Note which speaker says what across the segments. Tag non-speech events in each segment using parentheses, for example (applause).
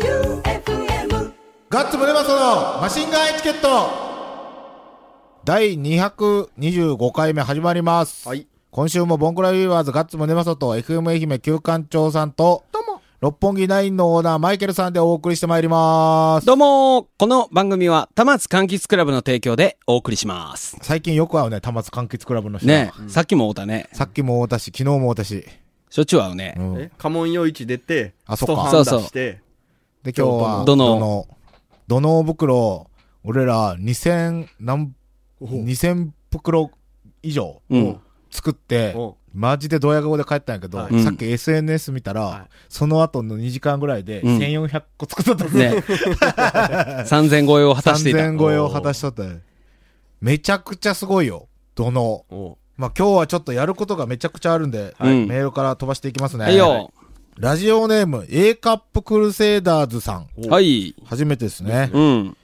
Speaker 1: J-O-E-U-F-M
Speaker 2: ガッツムネマソのマシンガンエチケット第225回目始まります。
Speaker 3: はい。
Speaker 2: 今週もボンクラリーワーズガッツムネマソと FM 愛媛旧館長さんと、六本木ナインのオーナーマイケルさんでお送りしてまいります。
Speaker 4: どうもーこの番組は、たまつ柑橘クラブの提供でお送りします。
Speaker 2: 最近よく会うね、たまつ柑橘クラブの人。
Speaker 4: ねえ、さっきも会うたね。
Speaker 2: さっきも会うたし、昨日も会うたし。
Speaker 4: しょっちゅう会うね
Speaker 2: う。ん
Speaker 3: え家紋夜市出て、
Speaker 2: あそ
Speaker 3: ス
Speaker 2: っか
Speaker 3: トハン出して、
Speaker 2: で、今日は、
Speaker 4: どの
Speaker 2: の、土の袋、俺ら2000、何、
Speaker 3: う
Speaker 2: 2000袋以上
Speaker 4: うん。
Speaker 2: 作って、
Speaker 3: お
Speaker 2: マジでドヤ顔で帰ったんやけど、
Speaker 3: はい
Speaker 2: さっき SNS 見たら、
Speaker 3: はい
Speaker 2: その後の2時間ぐらいで
Speaker 4: うん
Speaker 2: 1400個作っとったん
Speaker 4: ね
Speaker 2: (laughs)
Speaker 4: 3000超えを果たしていた。
Speaker 2: 3000超えを果たしとったよめちゃくちゃすごいよ、どの。
Speaker 3: お
Speaker 2: まあ、今日はちょっとやることがめちゃくちゃあるんで、
Speaker 4: はい
Speaker 2: メールから飛ばしていきますね。
Speaker 4: はいよ。
Speaker 2: ラジオネーム、A カップクルセイダーズさん。
Speaker 4: はい。
Speaker 2: 初めてですね。
Speaker 4: うん。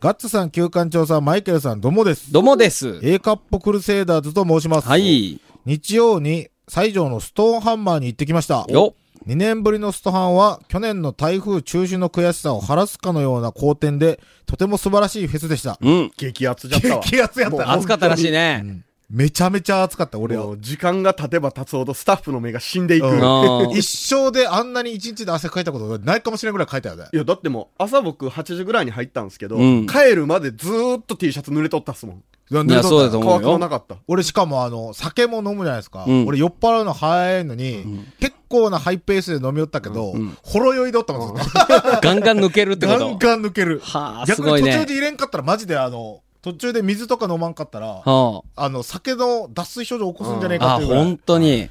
Speaker 2: ガッツさん、旧館長さん、マイケルさん、どうもです。
Speaker 4: どうもです。
Speaker 2: A カップクルセイダーズと申します。
Speaker 4: はい。
Speaker 2: 日曜に西条のストーンハンマーに行ってきました。
Speaker 4: よ。
Speaker 2: 2年ぶりのストハンは去年の台風中止の悔しさを晴らすかのような好転でとても素晴らしいフェスで
Speaker 4: (laughs)
Speaker 2: した。
Speaker 4: うん。
Speaker 3: 激アツじゃったわ。
Speaker 2: 激アツやった
Speaker 3: もう
Speaker 2: な
Speaker 4: 暑かったらしい
Speaker 2: うん
Speaker 4: ね。
Speaker 2: めちゃめちゃ暑かった、俺
Speaker 3: も
Speaker 2: は。
Speaker 3: う時間が経てば経つほどスタッフの目が死んでいく。
Speaker 2: うん
Speaker 3: い
Speaker 4: あー
Speaker 2: 一生であんなに一日で汗かいたことないかもしれんぐらいかいたよね。
Speaker 3: や、だってもう朝僕8時ぐらいに入ったんですけど、
Speaker 4: うん
Speaker 3: 帰るまでずーっと T シャツ濡れとったっすもん。
Speaker 2: いや
Speaker 4: いや、そうだと
Speaker 2: う。
Speaker 4: 思
Speaker 3: 乾
Speaker 4: う
Speaker 3: くもな
Speaker 4: よ。
Speaker 3: かった。
Speaker 2: 俺しかもあの、酒も飲むじゃないですか。
Speaker 4: うん
Speaker 2: 俺酔っ払うの早いのに、結構なハイペースで飲みよったけど、ほろ酔いでおったもん、ずっと
Speaker 4: ガンガン抜けるってこ
Speaker 2: ガン
Speaker 4: と。
Speaker 2: ガン抜ける。
Speaker 4: はあ、 (laughs) す
Speaker 2: 逆に
Speaker 4: ごい
Speaker 2: 途
Speaker 4: ね
Speaker 2: 中で。入れんかったらマジであの、途中で水とか飲まんかったら、
Speaker 4: は
Speaker 2: あの、酒の脱水症状起こすんじゃねえ
Speaker 4: あ。
Speaker 2: かっ
Speaker 4: あ、
Speaker 2: ていうぐらい。
Speaker 4: 本当に。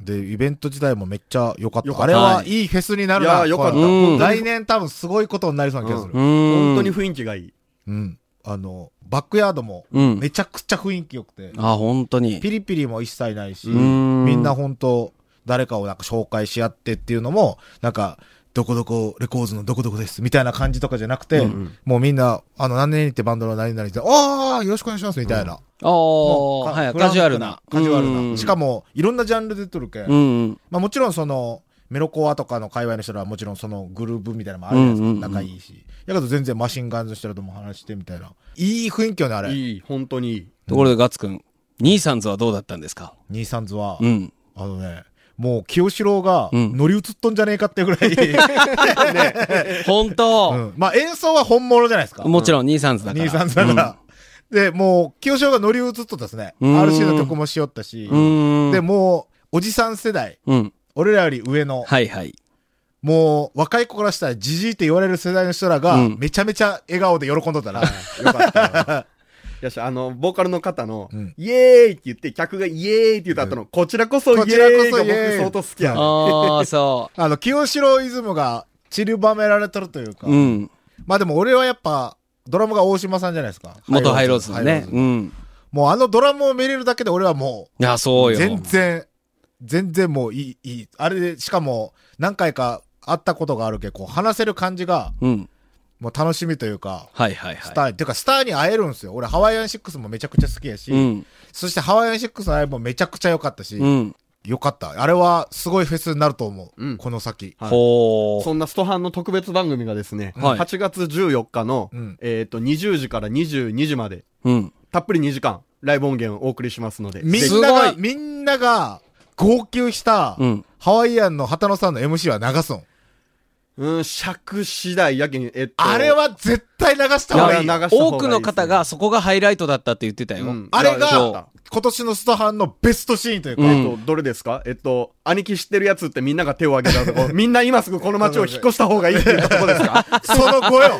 Speaker 2: で、イベント自体もめっちゃ良かった。
Speaker 3: 良か
Speaker 2: あ
Speaker 3: っ
Speaker 2: れ
Speaker 3: た
Speaker 2: はいいフェスになる
Speaker 3: い
Speaker 2: な。
Speaker 3: や良かった
Speaker 2: これ
Speaker 4: うん
Speaker 2: 来年多分すごいことになりそうな気がす
Speaker 4: う
Speaker 2: る。
Speaker 4: ん。
Speaker 3: 本当に。雰囲気がいい。
Speaker 2: うん。あの、バックヤードも
Speaker 4: うん
Speaker 2: めちゃくちゃ雰囲気良くて、
Speaker 4: あ、本当に。
Speaker 2: ピリピリも一切ないし、み
Speaker 4: うん
Speaker 2: んな本当誰かをなんか紹介し合ってっていうのも、なんか、どこどこレコーズのどこどこですみたいな感じとかじゃなくて、もうみんな、あの、何年にってバンドの何々って、ああ、よろしくお願いしますみたいな。
Speaker 4: ああ、はい。
Speaker 2: フラン
Speaker 4: カ
Speaker 2: ク
Speaker 4: ジュアルな。
Speaker 2: カジュアル
Speaker 4: うん
Speaker 2: な。しかも、いろんなジャンルで撮るけん。
Speaker 4: うん。
Speaker 2: まあもちろんその、メロコアとかの界隈の人らはもちろんそのグループみたいなのもあるじゃないですか。
Speaker 4: うんうんうん
Speaker 2: 仲いいし。やけど全然マシンガンズの人らとも話してみたいな。いい雰囲気よね、あれ。
Speaker 3: いい、本当にいい。
Speaker 4: ところでガッツくん、兄さんズはどうだったんですか
Speaker 2: 兄さんズは、
Speaker 4: うん。
Speaker 2: あのね、もう清志郎が
Speaker 4: うん
Speaker 2: 乗り移っとんじゃねえかっていうぐ
Speaker 4: (laughs)
Speaker 2: らい、
Speaker 4: 本
Speaker 2: う
Speaker 4: 当、
Speaker 2: んまあ演奏は本物じゃないですか。
Speaker 4: もちろん兄さんズだから。
Speaker 2: 兄さんズだから。で、もう清志郎が乗り移っとったですね。
Speaker 4: うん
Speaker 2: RC の曲もしよったし。
Speaker 4: うん。うん。
Speaker 2: で、もう、おじさん世代、
Speaker 4: うん。
Speaker 2: 俺らより上の、
Speaker 4: はいはい。
Speaker 2: もう、若い子からしたら、じじいって言われる世代の人らが、
Speaker 4: うん
Speaker 2: めちゃめちゃ笑顔で喜んどった
Speaker 4: (laughs)
Speaker 2: ら、
Speaker 3: よかった。やし、あの、ボーカルの方の、
Speaker 2: うん
Speaker 3: イエーイって言って、客がイエーイって言った後の、こちらこそイエ
Speaker 2: こちらこそ
Speaker 3: ーイが
Speaker 2: イエーイ
Speaker 3: 僕相当好きやね
Speaker 4: ああ、そ
Speaker 2: (laughs) あの、清志郎イズムが散りばめられてるというか、
Speaker 4: う。うん。
Speaker 2: まあでも俺はやっぱ、ドラムが大島さんじゃないですか。
Speaker 4: 元ハイローズ
Speaker 2: ハ
Speaker 4: の
Speaker 2: イロ
Speaker 4: ね
Speaker 2: ー。ズ
Speaker 4: うん。
Speaker 2: もうあのドラムを見れるだけで俺はも
Speaker 4: いや、そ
Speaker 2: う、
Speaker 4: うよ。
Speaker 2: 全然、全然もういい、いい。あれで、しかも、何回か会ったことがあるけど、こう話せる感じが、
Speaker 4: うん。
Speaker 2: もう楽しみというか、
Speaker 4: はいはいはい。
Speaker 2: スターに、てかスターに会えるんですよ。俺ハワイアンシックスもめちゃくちゃ好きやし、
Speaker 4: うん。
Speaker 2: そしてハワイアンシックスのライブもめちゃくちゃ良かったし、
Speaker 4: うん。
Speaker 2: よかった。あれはすごいフェスになると思う。
Speaker 3: うん
Speaker 2: この先。
Speaker 3: はい
Speaker 4: ほー。
Speaker 3: そんなストハンの特別番組がですね、
Speaker 4: はい
Speaker 3: 8月14日の、
Speaker 2: うん
Speaker 3: えっ、と、20時から22時まで、
Speaker 4: うん。
Speaker 3: たっぷり2時間、ライブ音源をお送りしますので、
Speaker 2: み
Speaker 3: ぜひ
Speaker 2: んなが、
Speaker 4: すごい
Speaker 2: みんなが、号泣した、
Speaker 4: うん。
Speaker 2: ハワイアンの畑野さんの MC は流すん。
Speaker 3: うん、尺次第やけに、えっと、
Speaker 2: あれは絶対流した
Speaker 3: い
Speaker 2: 方
Speaker 3: や
Speaker 2: がいい。
Speaker 3: 流した方がいいですね
Speaker 4: 多くの方がそこがハイライトだったって言ってたよ。
Speaker 3: うん
Speaker 2: あれ
Speaker 3: いやよか
Speaker 2: が
Speaker 3: っ、
Speaker 2: 今年のスタハンのベストシーンというか、
Speaker 4: う
Speaker 3: た
Speaker 4: ん
Speaker 3: えっと、どれですかえっと、兄貴知ってるやつってみんなが手を挙げたと
Speaker 2: (laughs)
Speaker 3: こ、みんな今すぐこの街を引っ越した方がいいっていうとこですか
Speaker 2: その
Speaker 4: (laughs)
Speaker 2: 声を、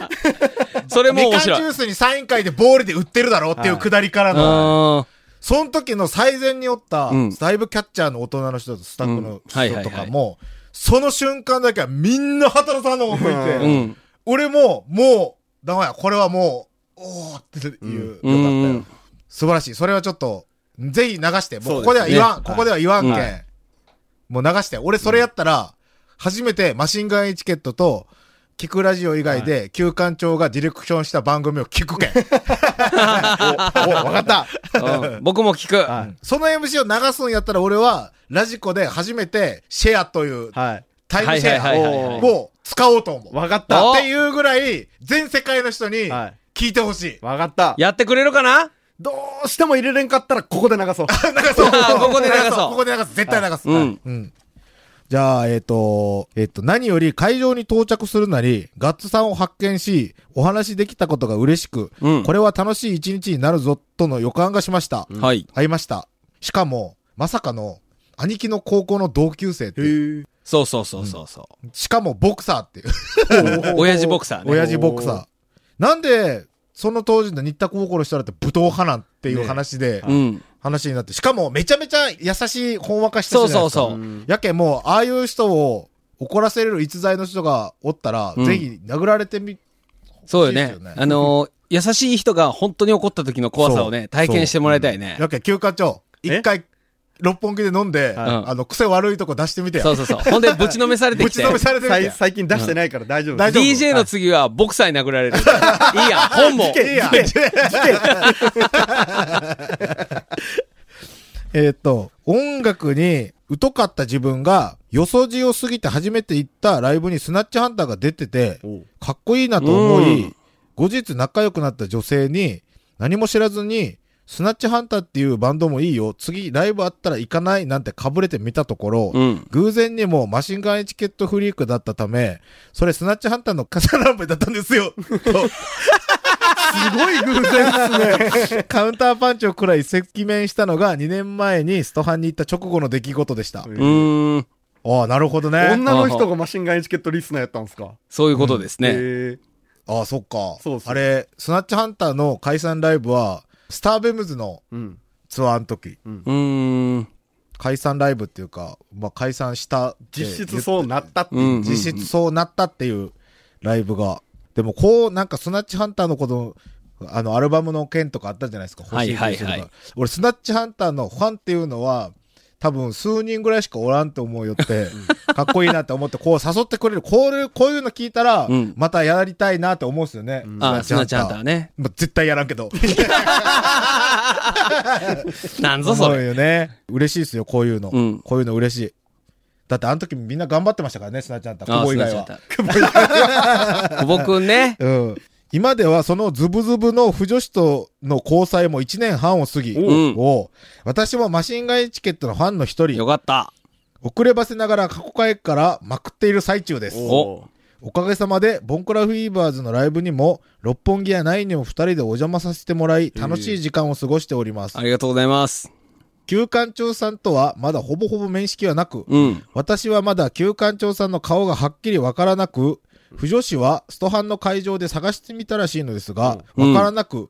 Speaker 4: それも
Speaker 2: みか
Speaker 4: 面
Speaker 2: んジュ
Speaker 4: 白い。
Speaker 2: ースにサイン会でボールで売ってるだろうっていうくだりからの、
Speaker 4: あ
Speaker 2: その時の最前におった、
Speaker 4: うん
Speaker 2: だいぶキャッチャーの大人の人とスタッフの人とか
Speaker 4: うんはいはい
Speaker 2: も、その瞬間だけはみんな畑野さんの方向いて、
Speaker 4: ー。うん。
Speaker 2: 俺も、もう、だめや、これはもう、おーっていう、
Speaker 4: うん
Speaker 2: よかったよ、
Speaker 4: うん
Speaker 2: 素晴らしい。それはちょっと、ぜひ流して。もうここ
Speaker 3: そ
Speaker 2: で
Speaker 3: うです
Speaker 2: は
Speaker 3: ね
Speaker 2: 言わん、
Speaker 4: はい
Speaker 2: ここでは言わんけん。
Speaker 4: は
Speaker 2: もう流して。俺それやったら、初めてマシンガンエチケットと、聞くラジオ以外で、旧館長がディレクションした番組を聞く
Speaker 4: (laughs)
Speaker 2: けん。お、おわかった。
Speaker 4: うん僕も聞く。
Speaker 3: は
Speaker 2: その MC を流すんやったら俺は、ラジコで初めて、シェアという
Speaker 3: い。はい。
Speaker 2: タイムシェ
Speaker 4: はいはいはいはい
Speaker 2: アを使おうと思う。
Speaker 3: わかっ
Speaker 4: お
Speaker 3: た。
Speaker 2: っていうぐらい、全世界の人に
Speaker 3: はい
Speaker 2: 聞いてほしい。
Speaker 3: わかった。
Speaker 4: やってくれるかな
Speaker 3: どうしても入れれんかったら、ここで流そう。
Speaker 2: 流そう。
Speaker 4: あー (laughs) ここで流そう
Speaker 2: (laughs) ここで流す。絶対流す。
Speaker 4: うん
Speaker 2: はいうん。じゃあ、えっ、と、えっ、と、何より会場に到着するなり、ガッツさんを発見し、お話できたことが嬉しく、
Speaker 4: うん
Speaker 2: これは楽しい一日になるぞ、との予感がしました。
Speaker 4: はい。
Speaker 2: 会いました。しかも、まさかの、兄貴の高校の同級生っていう、
Speaker 3: へ
Speaker 4: そうそうそうそうそ
Speaker 2: しかもボクサーっていう、
Speaker 4: う。親父ボクサーね。
Speaker 2: 親父ボクサー。なんで、その当時の新田高校の人だって武闘派なんっていう話で、
Speaker 4: うん。
Speaker 2: 話になって、しかもめちゃめちゃ優しい、ほんわかした人じゃないですか。
Speaker 4: そうそう
Speaker 3: う
Speaker 4: そう
Speaker 3: ん
Speaker 2: やけんもう、ああいう人を怒らせれる逸材の人がおったら、
Speaker 4: うん
Speaker 2: ぜひ殴られてみ、
Speaker 4: そうよ
Speaker 2: 欲
Speaker 4: ね
Speaker 2: しいです。
Speaker 4: あのー、優しい人が本当に怒った時の怖さを
Speaker 2: そ
Speaker 4: ね、
Speaker 2: う
Speaker 4: 体験してもらいたいね。
Speaker 2: やけん休暇長、
Speaker 3: え
Speaker 2: 一回、六本木で飲んで、
Speaker 3: はい
Speaker 2: あの、癖悪いとこ出してみてよ
Speaker 4: そうそうそう。ほんで、ぶちのめされて
Speaker 2: ぶ
Speaker 4: き
Speaker 2: ち
Speaker 4: て
Speaker 2: の。めされてみ
Speaker 3: さ
Speaker 2: て
Speaker 3: い
Speaker 2: よ。
Speaker 3: 最近出してないから大丈夫。
Speaker 2: 大丈夫
Speaker 4: DJ の次はボクサーに殴られる。いいやん、本も。
Speaker 2: いやえーっと、音楽に疎かった自分が、よそじを過ぎて初めて行ったライブにスナッチハンターが出てて、
Speaker 3: おう
Speaker 2: かっこいいなと思
Speaker 4: う
Speaker 2: い
Speaker 4: ん、
Speaker 2: 後日仲良くなった女性に、何も知らずに、スナッチハンターっていうバンドもいいよ、次ライブあったら行かないなんてかぶれてみたところ、
Speaker 4: うん。
Speaker 2: 偶然にもマシンガンエチケットフリークだったため、それスナッチハンターのカサランベだったんです
Speaker 4: (laughs)
Speaker 2: よ。
Speaker 3: すごい偶然ですね。
Speaker 2: カウンターパンチを食らい赤面したのが2年前にストハンに行った直後の出来事でした。
Speaker 4: うーん。
Speaker 2: ああ、なるほどね。
Speaker 3: 女の人がマシンガンエチケットリスナーやったんですか。
Speaker 4: そういうことですね。
Speaker 3: へえ
Speaker 2: ああ、そっか。
Speaker 3: そうそう
Speaker 2: あれ、スナッチハンターの解散ライブは、スターベムズの
Speaker 3: うん。
Speaker 2: ツアーの時、
Speaker 4: うーん。
Speaker 2: 解散ライブっていうか、まあ解散したって言って。
Speaker 3: 実質そうなったって
Speaker 4: う
Speaker 3: い
Speaker 4: ん
Speaker 3: う。
Speaker 2: 実質そうなったっていうライブが。でもこう、なんかスナッチハンターのことの、あの、アルバムの件とかあったじゃないですか。
Speaker 4: はいはいは
Speaker 2: 欲しと
Speaker 4: い
Speaker 2: か俺、スナッチハンターのファンっていうのは、多分数人ぐらいしかおらんと思うよって、かっこいいなって思って、こう誘ってくれる。こういう、こういうの聞いたら
Speaker 4: うん、
Speaker 2: またやりたいなって思うんですよね。
Speaker 4: あ、スナッチハンター
Speaker 2: ね。
Speaker 4: ね。
Speaker 2: まあ絶対やらんけ
Speaker 4: (laughs)
Speaker 2: ど。
Speaker 4: なんぞそ
Speaker 2: そう
Speaker 4: れ。
Speaker 2: よね。嬉しいですよ、こういうの。
Speaker 4: うん
Speaker 2: こういうの嬉しい。だってあの時みんな頑張ってましたからね、スナッチハンター。
Speaker 4: あ
Speaker 2: ここ
Speaker 4: ス
Speaker 2: 以
Speaker 4: ナッ
Speaker 2: 外
Speaker 4: チハン
Speaker 2: は
Speaker 4: タ。ー。久保くんね。
Speaker 2: うん。今ではそのズブズブの腐女子との交際も1年半を過ぎ、
Speaker 3: お
Speaker 4: う
Speaker 2: おう私もマシンガイチケットのファンの一
Speaker 4: よ
Speaker 2: 人、
Speaker 4: かった。
Speaker 2: 遅ればせながら過去回からまくっている最中です。お
Speaker 4: お
Speaker 2: かげさまで、ボンクラフィーバーズのライブにも、六本木やナインにも二人でお邪魔させてもらい、楽しい時間を過ごしております
Speaker 4: あ。りがとうございます。
Speaker 2: 旧館長さんとはまだほぼほぼ面識はなく、
Speaker 4: うん。
Speaker 2: 私はまだ旧館長さんの顔がはっきりわからなく、不女子はストハンの会場で探してみたらしいのですが、
Speaker 4: うん
Speaker 2: わからなく、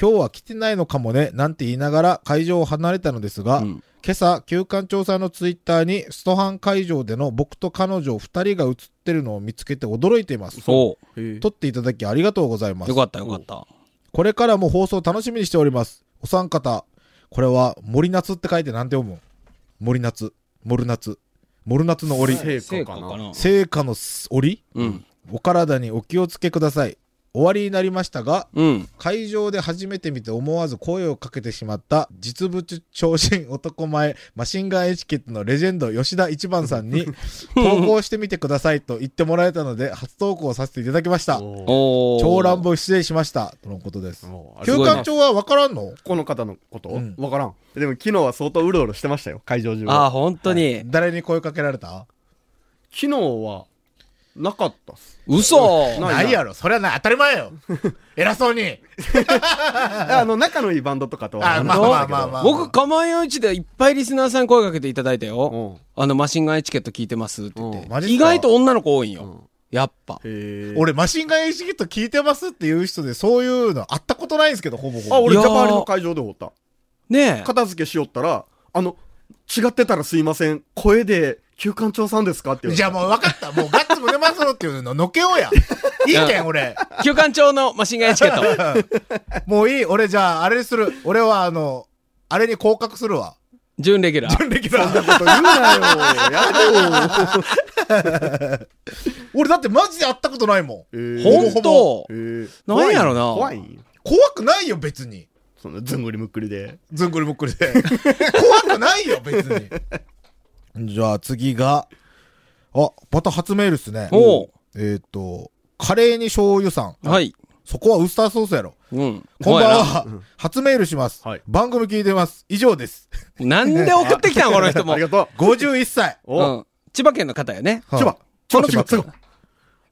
Speaker 2: 今日は来てないのかもね、なんて言いながら会場を離れたのですが、
Speaker 4: うん
Speaker 2: 今朝、旧館長さんのツイッターに、ストハン会場での僕と彼女二人が映ってるのを見つけて驚いています。
Speaker 4: お
Speaker 3: へえ
Speaker 2: 撮っていただきありがとうございます
Speaker 4: よ。かったよかった。
Speaker 2: これからも放送楽しみにしております。お三方、これは森夏って書いて何て読む森夏、森夏、森夏の折。
Speaker 3: 成果かな。
Speaker 2: 成果の折
Speaker 4: うん。
Speaker 2: お体にお気をつけください。終わりになりましたが、
Speaker 4: うん。
Speaker 2: 会場で初めて見て思わず声をかけてしまった実物超人男前マシンガンエチケットのレジェンド吉田一番さん
Speaker 3: (laughs)
Speaker 2: に投稿してみてくださいと言ってもらえたので初投稿させていただきました。
Speaker 3: お
Speaker 4: お
Speaker 2: 超乱暴失礼しました。とのことです。
Speaker 3: お
Speaker 2: 休館長はわからんの
Speaker 3: この方のことわ、
Speaker 2: うん
Speaker 3: からん。でも昨日は相当うろうろしてましたよ、会場中
Speaker 4: ああ、
Speaker 3: は。
Speaker 4: 本当に。
Speaker 2: 誰に声かけられた
Speaker 3: 昨日は、なかったっす。
Speaker 4: 嘘
Speaker 3: な
Speaker 2: ないやろ。それはない。当たり前よ。偉そう
Speaker 3: (laughs)
Speaker 2: に。
Speaker 3: あの、仲のいいバンドとかとは
Speaker 2: あ
Speaker 3: 話
Speaker 2: まあ
Speaker 3: し
Speaker 2: まあ
Speaker 3: たけど
Speaker 2: まあまあ
Speaker 4: 僕、かまよいちでいっぱいリスナーさん声かけていただいた
Speaker 3: うん
Speaker 4: よ。あの、マシンガンエチケット聞いてますって言っ
Speaker 3: う
Speaker 4: て
Speaker 3: ん
Speaker 2: マ。ジっす
Speaker 4: 意
Speaker 2: か
Speaker 4: 外と女の子多いんよ。やっぱ。
Speaker 3: へえ。
Speaker 2: 俺、マシンガンエチケット聞いてますっていう人で、そういうの会ったことないんですけど、ほぼほぼ。
Speaker 3: あ、俺、
Speaker 4: い
Speaker 3: ジ
Speaker 4: やー
Speaker 3: ャパーリの会場でおった。
Speaker 4: ねえ。
Speaker 3: 片付けしよったら、あの、違ってたらすいません。声で、休館長さんですかって言われ
Speaker 2: じ
Speaker 3: て
Speaker 2: ゃあもう分かった。もうガッツムネマソロっていうののけよう
Speaker 4: (laughs)
Speaker 2: や。いいけん、俺。
Speaker 4: 休館長のマシンガンエチケット。
Speaker 2: もういい。俺じゃあ、あれする。俺はあの、あれに降格するわ。
Speaker 4: 準レギュラー。
Speaker 2: レギュラー
Speaker 3: そんなこと言うなよ。やだよ。
Speaker 2: 俺だってマジで会ったことないもん。
Speaker 4: ほんと
Speaker 3: え
Speaker 4: なんやろな
Speaker 3: 怖いんよ
Speaker 2: 怖くないよ、別に。
Speaker 3: そのずんぐりむっくりで。
Speaker 2: ずんぐりむっく
Speaker 4: (laughs)
Speaker 2: りで。怖くないよ、別に。じゃあ次が、あ、また初メールっすね。
Speaker 4: おう
Speaker 2: えーっと、カレーに醤油さん。
Speaker 4: はい。
Speaker 2: そこはウスターソースやろ。
Speaker 4: うん。
Speaker 2: こんばん
Speaker 4: おい
Speaker 2: は。初メールします
Speaker 3: はい。
Speaker 2: 番組聞いてます。以上です。
Speaker 4: な。なんで送ってきたん、この人も。
Speaker 3: (laughs) ありがと
Speaker 2: 51歳。
Speaker 3: う。
Speaker 4: う
Speaker 3: お、
Speaker 4: ん。千葉県の方よね。
Speaker 2: は
Speaker 3: ちょば
Speaker 2: い、
Speaker 3: ちょばちょばちょば。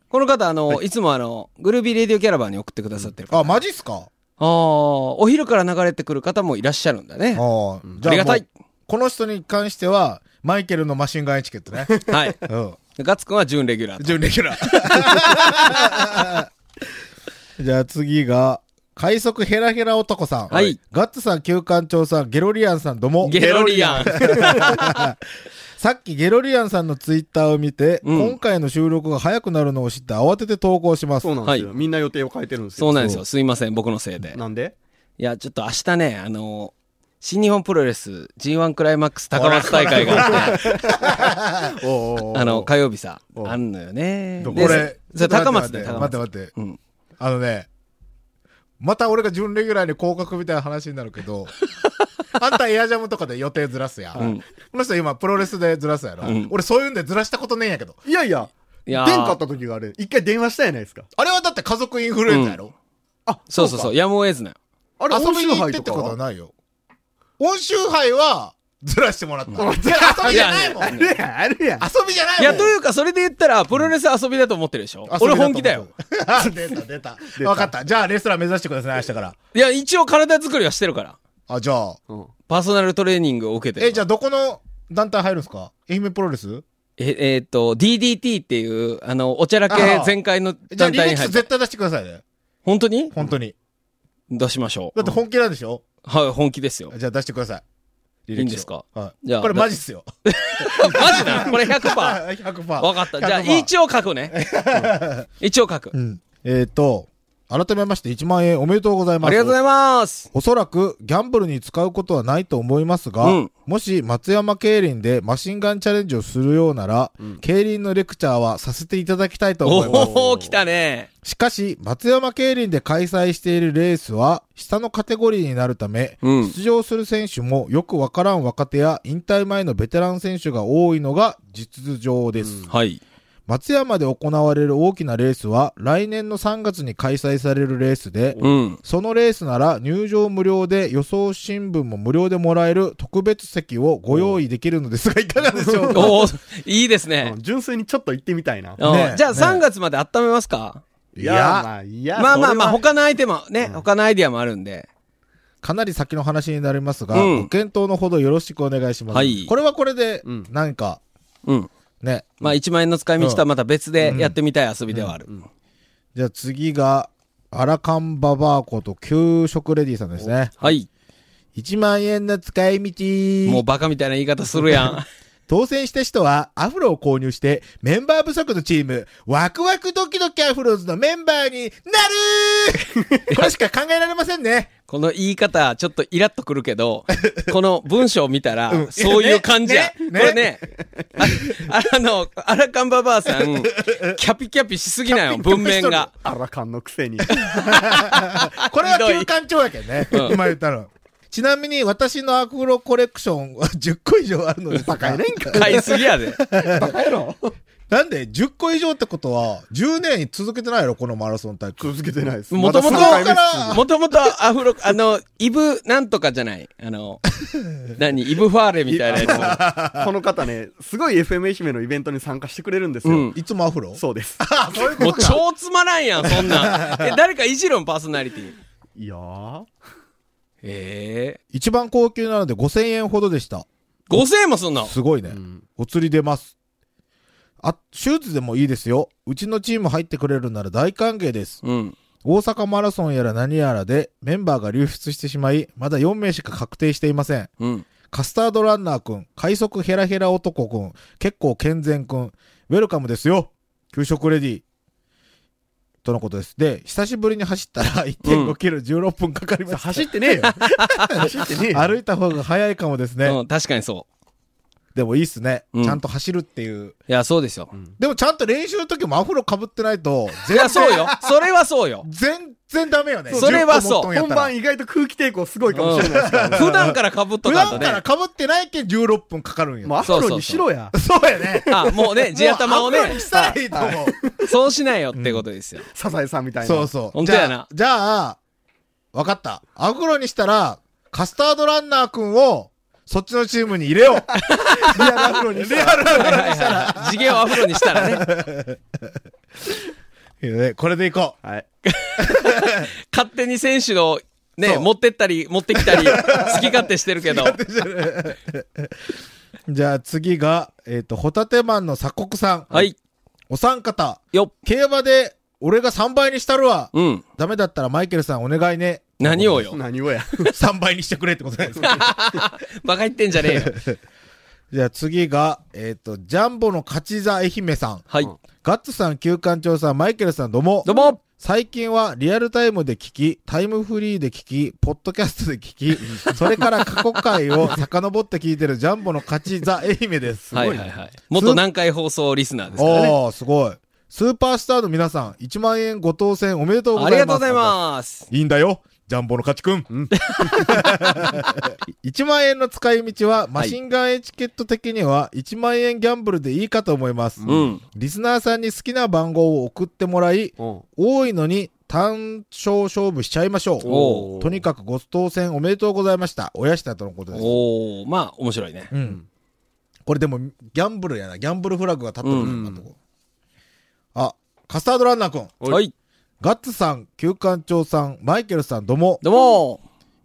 Speaker 4: この方、あの、いつもあの、グルービーレディオキャラバンに送ってくださってる方。
Speaker 2: あ、マジっすか
Speaker 4: ああ、お昼から流れてくる方もいらっしゃるんだね。
Speaker 2: ああ、じ
Speaker 4: ありがたい
Speaker 2: もう。この人に関しては、マイケルのマシンガンエチケットね。
Speaker 4: はい。
Speaker 2: うん。
Speaker 4: ガッツくんは準レギュラーと。
Speaker 2: 準レギュラー。 (laughs) じゃあ次が、快速ヘラヘラ男さん。
Speaker 4: はい。
Speaker 2: ガッツさん、旧館長さん、ゲロリアンさん、どうも。
Speaker 4: ゲロリアン。
Speaker 2: さっきゲロリアンさんのツイッターを見て、
Speaker 4: うん
Speaker 2: 今回の収録が早くなるのを知って慌てて投稿します。
Speaker 3: そうなんですよ。みんな予定を変えてるんですよ。
Speaker 4: そうなんですよ。すいません、僕のせいで。
Speaker 3: なんで
Speaker 4: いや、ちょっと明日ね、あの、新日本プロレス G1 クライマックス高松大会があって、
Speaker 2: おうおうおう
Speaker 4: (laughs) あの、、火曜日さ、
Speaker 2: お
Speaker 4: あんのよね。
Speaker 2: ど
Speaker 4: で
Speaker 2: これ、
Speaker 4: そそれ高松で、
Speaker 2: ちょっ
Speaker 4: 高
Speaker 2: と
Speaker 4: 松
Speaker 2: 待
Speaker 4: で。
Speaker 2: って待って待って
Speaker 4: うん。
Speaker 2: あのね、また俺が準レギュラーに降格みたいな話になるけど、あんたエアジャムとかで予定ずらすやん。
Speaker 4: うん
Speaker 2: この人今プロレスでずらすやろ。
Speaker 4: ん
Speaker 2: 俺そういうんでずらしたことねえんやけど。
Speaker 3: いやいや、
Speaker 4: い
Speaker 3: 電
Speaker 4: やー
Speaker 3: かった時があれ、一回電話したやないですか。
Speaker 2: あれはだって家族インフルエンザやろ、
Speaker 3: あ、
Speaker 4: そうそうそう、
Speaker 3: う
Speaker 4: やむを得ずなよ。
Speaker 3: か。あれ、
Speaker 2: 遊
Speaker 3: 温
Speaker 2: び
Speaker 3: 州
Speaker 2: に行っ
Speaker 3: 杯
Speaker 2: てっ
Speaker 3: と
Speaker 2: て
Speaker 3: か
Speaker 2: ことは
Speaker 3: は。
Speaker 2: ないよ。温州杯はずらしてもらった。いや遊びじゃないもん。遊
Speaker 3: いやあるやん。
Speaker 2: びじゃないもん。
Speaker 4: いや、というか、それで言ったら、プロレス遊びだと思ってるでしょ俺本気だ
Speaker 2: (laughs)
Speaker 4: よ。。
Speaker 2: 出た、出た。
Speaker 3: 出た
Speaker 2: わかった。じゃあ、レスラー目指してください、明日から。
Speaker 4: いや、一応体作りはしてるから。
Speaker 2: あ、じゃあ。
Speaker 3: うん
Speaker 4: パーソナルトレーニングを受けてる
Speaker 2: え、じゃあ、どこの団体入るんすか愛媛プロレス
Speaker 4: え、えーっと、DDT っていう、あの、おちゃらけ全開の
Speaker 2: じゃあ、
Speaker 4: 団
Speaker 2: リミ
Speaker 4: 体
Speaker 2: ッ
Speaker 4: に
Speaker 2: ク
Speaker 4: 入
Speaker 2: ス
Speaker 4: って。
Speaker 2: 絶対出してくださいね。
Speaker 4: 本当に
Speaker 2: 本当に。
Speaker 4: 出しましょう
Speaker 2: だっ。て本気なんでしょ
Speaker 4: はい、本気ですよ。
Speaker 2: じゃあ、出してください。
Speaker 4: いいんですか
Speaker 2: はい。
Speaker 4: じゃあ
Speaker 2: これマジっすよ。
Speaker 4: (laughs) マジなこれ100%。
Speaker 2: (laughs) 100%。
Speaker 4: わかった。じゃあ、
Speaker 2: 100%
Speaker 4: 一応書くね。うん一応書く。
Speaker 2: うん。えっと、改めまして1万円おめでとうございます。
Speaker 4: ありがとうございます。
Speaker 2: おそらくギャンブルに使うことはないと思いますが、
Speaker 4: うん
Speaker 2: もし松山競輪でマシンガンチャレンジをするようなら、競輪のレクチャーはさせていただきたいと思います。
Speaker 4: おお来たね。
Speaker 2: しかし、松山競輪で開催しているレースは、下のカテゴリーになるため、
Speaker 4: うん
Speaker 2: 出場する選手もよくわからん若手や引退前のベテラン選手が多いのが実情です。
Speaker 4: はい。
Speaker 2: 松山で行われる大きなレースは、来年の3月に開催されるレースで、 (laughs)
Speaker 4: うん。
Speaker 2: そのレースなら入場無料で予想新聞も無料でもらえる特別席をご用意できるのですが、いかがでしょうか
Speaker 4: おおいいですね
Speaker 3: う。ん純粋にちょっと行ってみたいな。
Speaker 4: うん
Speaker 2: ねえ
Speaker 4: じゃあ
Speaker 2: ねえ
Speaker 4: 3月まで温めますか
Speaker 2: い
Speaker 3: い
Speaker 2: や
Speaker 3: や、まあ、いや、
Speaker 4: まあまあまあ、
Speaker 3: それは
Speaker 4: 他のアイテムはね、他のアイディアもあるんで。
Speaker 2: かなり先の話になりますが、
Speaker 4: うん
Speaker 2: ご検討のほどよろしくお願いします。
Speaker 4: はい
Speaker 2: これはこれで
Speaker 3: うん、
Speaker 2: なんか、
Speaker 4: うん。
Speaker 2: ね。
Speaker 4: まあ1万円の使い道とはまた別でやってみたい遊びではある。
Speaker 2: じゃあ次が、アラカンババアこと給食レディさんですね。
Speaker 4: はい。
Speaker 2: 1万円の使い道。
Speaker 4: もうバカみたいな言い方するやん。
Speaker 2: 当選した人はアフロを購入してメンバー不足のチームワクワクドキドキアフローズのメンバーにな
Speaker 4: (laughs)
Speaker 2: るこれしか考えられませんね。
Speaker 4: この言い方、ちょっとイラッとくるけ (laughs) ど、この文章を見たら、そういう感じや。
Speaker 2: ねね
Speaker 4: これ (laughs) ね、ああの、アラカンババアさ (laughs) ん、キャピキャピしすぎなよ、文面が。
Speaker 3: あらかんのくせに。 (laughs)
Speaker 2: これは
Speaker 4: ひどい
Speaker 2: 旧館長やけんね。今言ったの。ちなみに私のアフロコレクションは10個以上あるのですが。
Speaker 4: 買いすぎや (laughs) で。
Speaker 2: なんで10個以上ってことは10年続けてないやろこのマラソン大会。
Speaker 3: 続けてないです。
Speaker 4: もともと
Speaker 3: まだ三回目です
Speaker 2: あ
Speaker 4: もともとアフロ、あの、イブなんとかじゃない。あ (laughs) の、何、イブファーレみたいなや
Speaker 3: この方ね、すごい FM 愛媛のイベントに参加してくれるんです
Speaker 4: う
Speaker 3: よ
Speaker 4: ん。
Speaker 2: いつもアフロ
Speaker 3: そう
Speaker 4: (laughs)
Speaker 3: です。
Speaker 2: そういう
Speaker 4: つ。もう超つまらんやん、そんなん。え、誰かいじろん、パーソナリティ。
Speaker 3: いやー。
Speaker 4: ええ
Speaker 2: 一番高級なので5000円ほどでした。
Speaker 4: 5000円もすんの
Speaker 2: すごいね。
Speaker 3: ん
Speaker 2: お釣り出ます。あ、シューズでもいいですよ。うちのチーム入ってくれるなら大歓迎です。
Speaker 4: うん。
Speaker 2: 大阪マラソンやら何やらでメンバーが流出してしまい、まだ4名しか確定していません。
Speaker 4: うん。
Speaker 2: カスタードランナーくん、快速ヘラヘラ男くん、結構健全くん、ウェルカムですよ。給食レディ。とのことです。で、久しぶりに走ったら1.5キロ16分かかりました。 (laughs)
Speaker 3: 走ってねえよ。走ってねえよ。
Speaker 2: 歩いた方が早いかもですね。
Speaker 4: うん、確かにそ
Speaker 2: でもいいっすね。
Speaker 4: うん
Speaker 2: ちゃんと走るっていう。
Speaker 4: いや、そうですよ。
Speaker 2: でもちゃんと練習の時もアフロ被ってないと、
Speaker 4: (laughs) い
Speaker 2: 全
Speaker 4: や、
Speaker 2: 然、
Speaker 4: そうよ。それはそう
Speaker 2: (laughs)
Speaker 4: よ。
Speaker 2: 全然ダメよね。
Speaker 4: それはそう
Speaker 2: 10個持っとんやっ
Speaker 3: 本
Speaker 2: たら
Speaker 3: 番意外と空気抵抗すごいか
Speaker 4: うん
Speaker 3: もしれないですからね
Speaker 4: 普段からかぶっと
Speaker 2: 普
Speaker 4: かんと
Speaker 2: 段
Speaker 4: ね。
Speaker 2: から被ってないけん16分かかるんよ。
Speaker 3: もうアフロにしろや。
Speaker 2: (laughs) そうやね。
Speaker 4: あ、もうね、 (laughs) 地頭を
Speaker 2: もうアフロ
Speaker 4: ね
Speaker 2: に、したらいいと思う。
Speaker 4: そうしないよってことですよ。
Speaker 3: サザエさんみたいな。
Speaker 2: そうそう。
Speaker 4: 本当やな
Speaker 2: じゃあ、じゃあ、わかった。アフロにしたら、カスタードランナーくんを、そっちのチームに入れよう。
Speaker 4: (laughs)
Speaker 3: リアルアフロにしたら
Speaker 4: はいはいはい。次元をアフロにしたらね、
Speaker 2: いいよねこれでいこう。
Speaker 3: はい。
Speaker 4: 勝手に選手の、ね、
Speaker 2: そう
Speaker 4: 持ってったり、持ってきたり、好き勝手してるけど。
Speaker 2: じゃあ次が、えっ、と、ホタテマンの鎖国さん。
Speaker 4: はい。
Speaker 2: お三方。
Speaker 4: よっ。
Speaker 2: 競馬で、俺が3倍にしたるわ。
Speaker 4: うん。
Speaker 2: ダメだったらマイケルさんお願い
Speaker 4: (laughs)
Speaker 2: ね。
Speaker 4: 何をよ。
Speaker 3: 何をや。
Speaker 2: 3倍にしてくれってことじゃないですか。
Speaker 4: バカ言ってんじゃねえよ。
Speaker 2: (laughs) じゃあ次が、えっ、と、ジャンボの勝ち座愛媛さん。
Speaker 4: はい。
Speaker 2: ガッツさん、旧館長さん、マイケルさん、どうも。
Speaker 4: どうも。
Speaker 2: 最近はリアルタイムで聞き、タイムフリーで聞き、ポッドキャストで聞き、それから過去回を遡って聞いてるジャンボの勝ち座愛媛です。
Speaker 4: はいはいはい。元南海放送リスナーですからね。
Speaker 2: おー、すごい。スーパースターの皆さん、1万円ご当選おめでとうござ
Speaker 4: あ
Speaker 2: います。
Speaker 4: りがとうございます。
Speaker 2: いいんだよ。ジャンボの勝ちくん。1万円の使い道は、マシンガンエチケット的には1万円ギャンブルでいいかと思います。
Speaker 4: うん。
Speaker 2: リスナーさんに好きな番号を送ってもらい、
Speaker 3: お
Speaker 2: 多いのに単勝勝負しちゃいましょ
Speaker 4: お
Speaker 2: う。
Speaker 3: う
Speaker 2: とにかくご当選おめでとうございました。おやしたとのことです。
Speaker 4: おー、まあ、面白いね。
Speaker 2: うん。これでも、ギャンブルやな。ギャンブルフラグが立ってるな、
Speaker 4: うん
Speaker 2: 今のとこあ、カスタードランナーくん。
Speaker 3: おい
Speaker 4: はい。
Speaker 2: ガッツさん、旧館長さん、マイケルさん、どうも。
Speaker 4: どうも。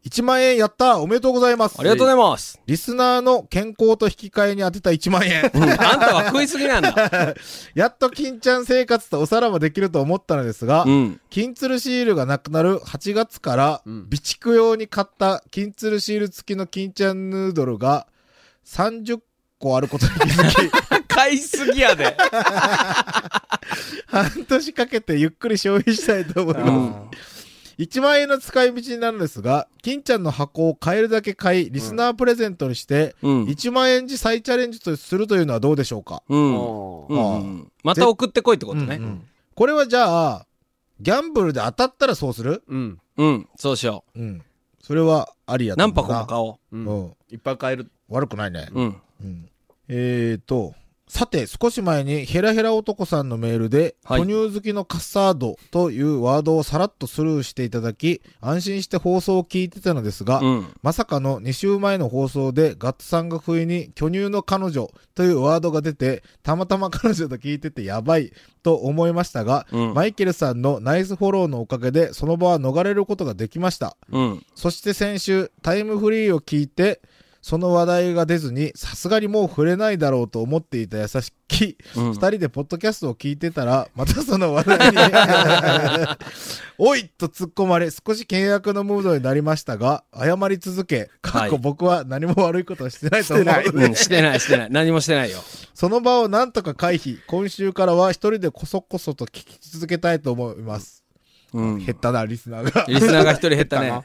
Speaker 2: 1万円やったおめでとうございます。
Speaker 4: ありがとうございます。
Speaker 2: リスナーの健康と引き換えに当てた1万
Speaker 4: (laughs)
Speaker 2: 円。
Speaker 4: あんたは食いすぎなんだ。
Speaker 2: やっと金ちゃん生活とおさらばできると思ったのですが、
Speaker 4: うん。
Speaker 2: 金鶴シールがなくなる8月から、
Speaker 3: うん
Speaker 2: 備蓄用に買った金鶴シール付きの金ちゃんヌードルが30個あることに気
Speaker 4: (laughs)
Speaker 2: づき、
Speaker 4: 買いすぎやで。
Speaker 2: 半年かけてゆっくり消費したいと思い
Speaker 4: うん
Speaker 2: ます。1万円の使い道になるのですが、金ちゃんの箱を買えるだけ買い、リスナープレゼントにして、
Speaker 4: うん。
Speaker 2: 1万円時再チャレンジとするというのはどうでしょうか
Speaker 4: うん。
Speaker 3: お
Speaker 4: うんうんまた送ってこいってことね
Speaker 2: うんう。んこれはじゃあ、ギャンブルで当たったらそうする
Speaker 3: うん。
Speaker 4: うん。そうしよ
Speaker 2: うん。それはありや
Speaker 4: う。
Speaker 2: と思
Speaker 4: 何
Speaker 2: うな。
Speaker 4: 箱も買お
Speaker 3: う。
Speaker 2: うんん。
Speaker 3: いっぱい買える。
Speaker 2: 悪くないね。
Speaker 4: う。うん。
Speaker 2: うんえーと、さて、少し前にヘラヘラ男さんのメールで、
Speaker 4: はい
Speaker 2: 哺乳好きのカッサードというワードをさらっとスルーしていただき、安心して放送を聞いてたのですが、
Speaker 4: うん。
Speaker 2: まさかの2週前の放送でガッツさんが不意に巨乳の彼女というワードが出て、たまたま彼女と聞いててやばいと思いましたが、
Speaker 4: うん
Speaker 2: マイケルさんのナイスフォローのおかげでその場は逃れることができました。
Speaker 4: うん。
Speaker 2: そして先週、タイムフリーを聞いて、その話題が出ずに、さすがにもう触れないだろうと思っていた優しき、
Speaker 4: う
Speaker 2: 二、
Speaker 4: ん
Speaker 2: 人でポッドキャストを聞いてたら、またその話
Speaker 4: (laughs)
Speaker 2: 題に、おいと突っ込まれ、少し険悪のムードになりましたが、謝り続け、かっこ僕は何も悪いことはしてないと思う。
Speaker 3: はいして
Speaker 4: うん。してない、してない。何もしてないよ。
Speaker 2: その場をなんとか回避、今週からは一人でこそこそと聞き続けたいと思います。
Speaker 4: うん。
Speaker 2: 減ったな、リスナーが。
Speaker 4: リスナーが一人減った
Speaker 3: 減っ
Speaker 4: ね。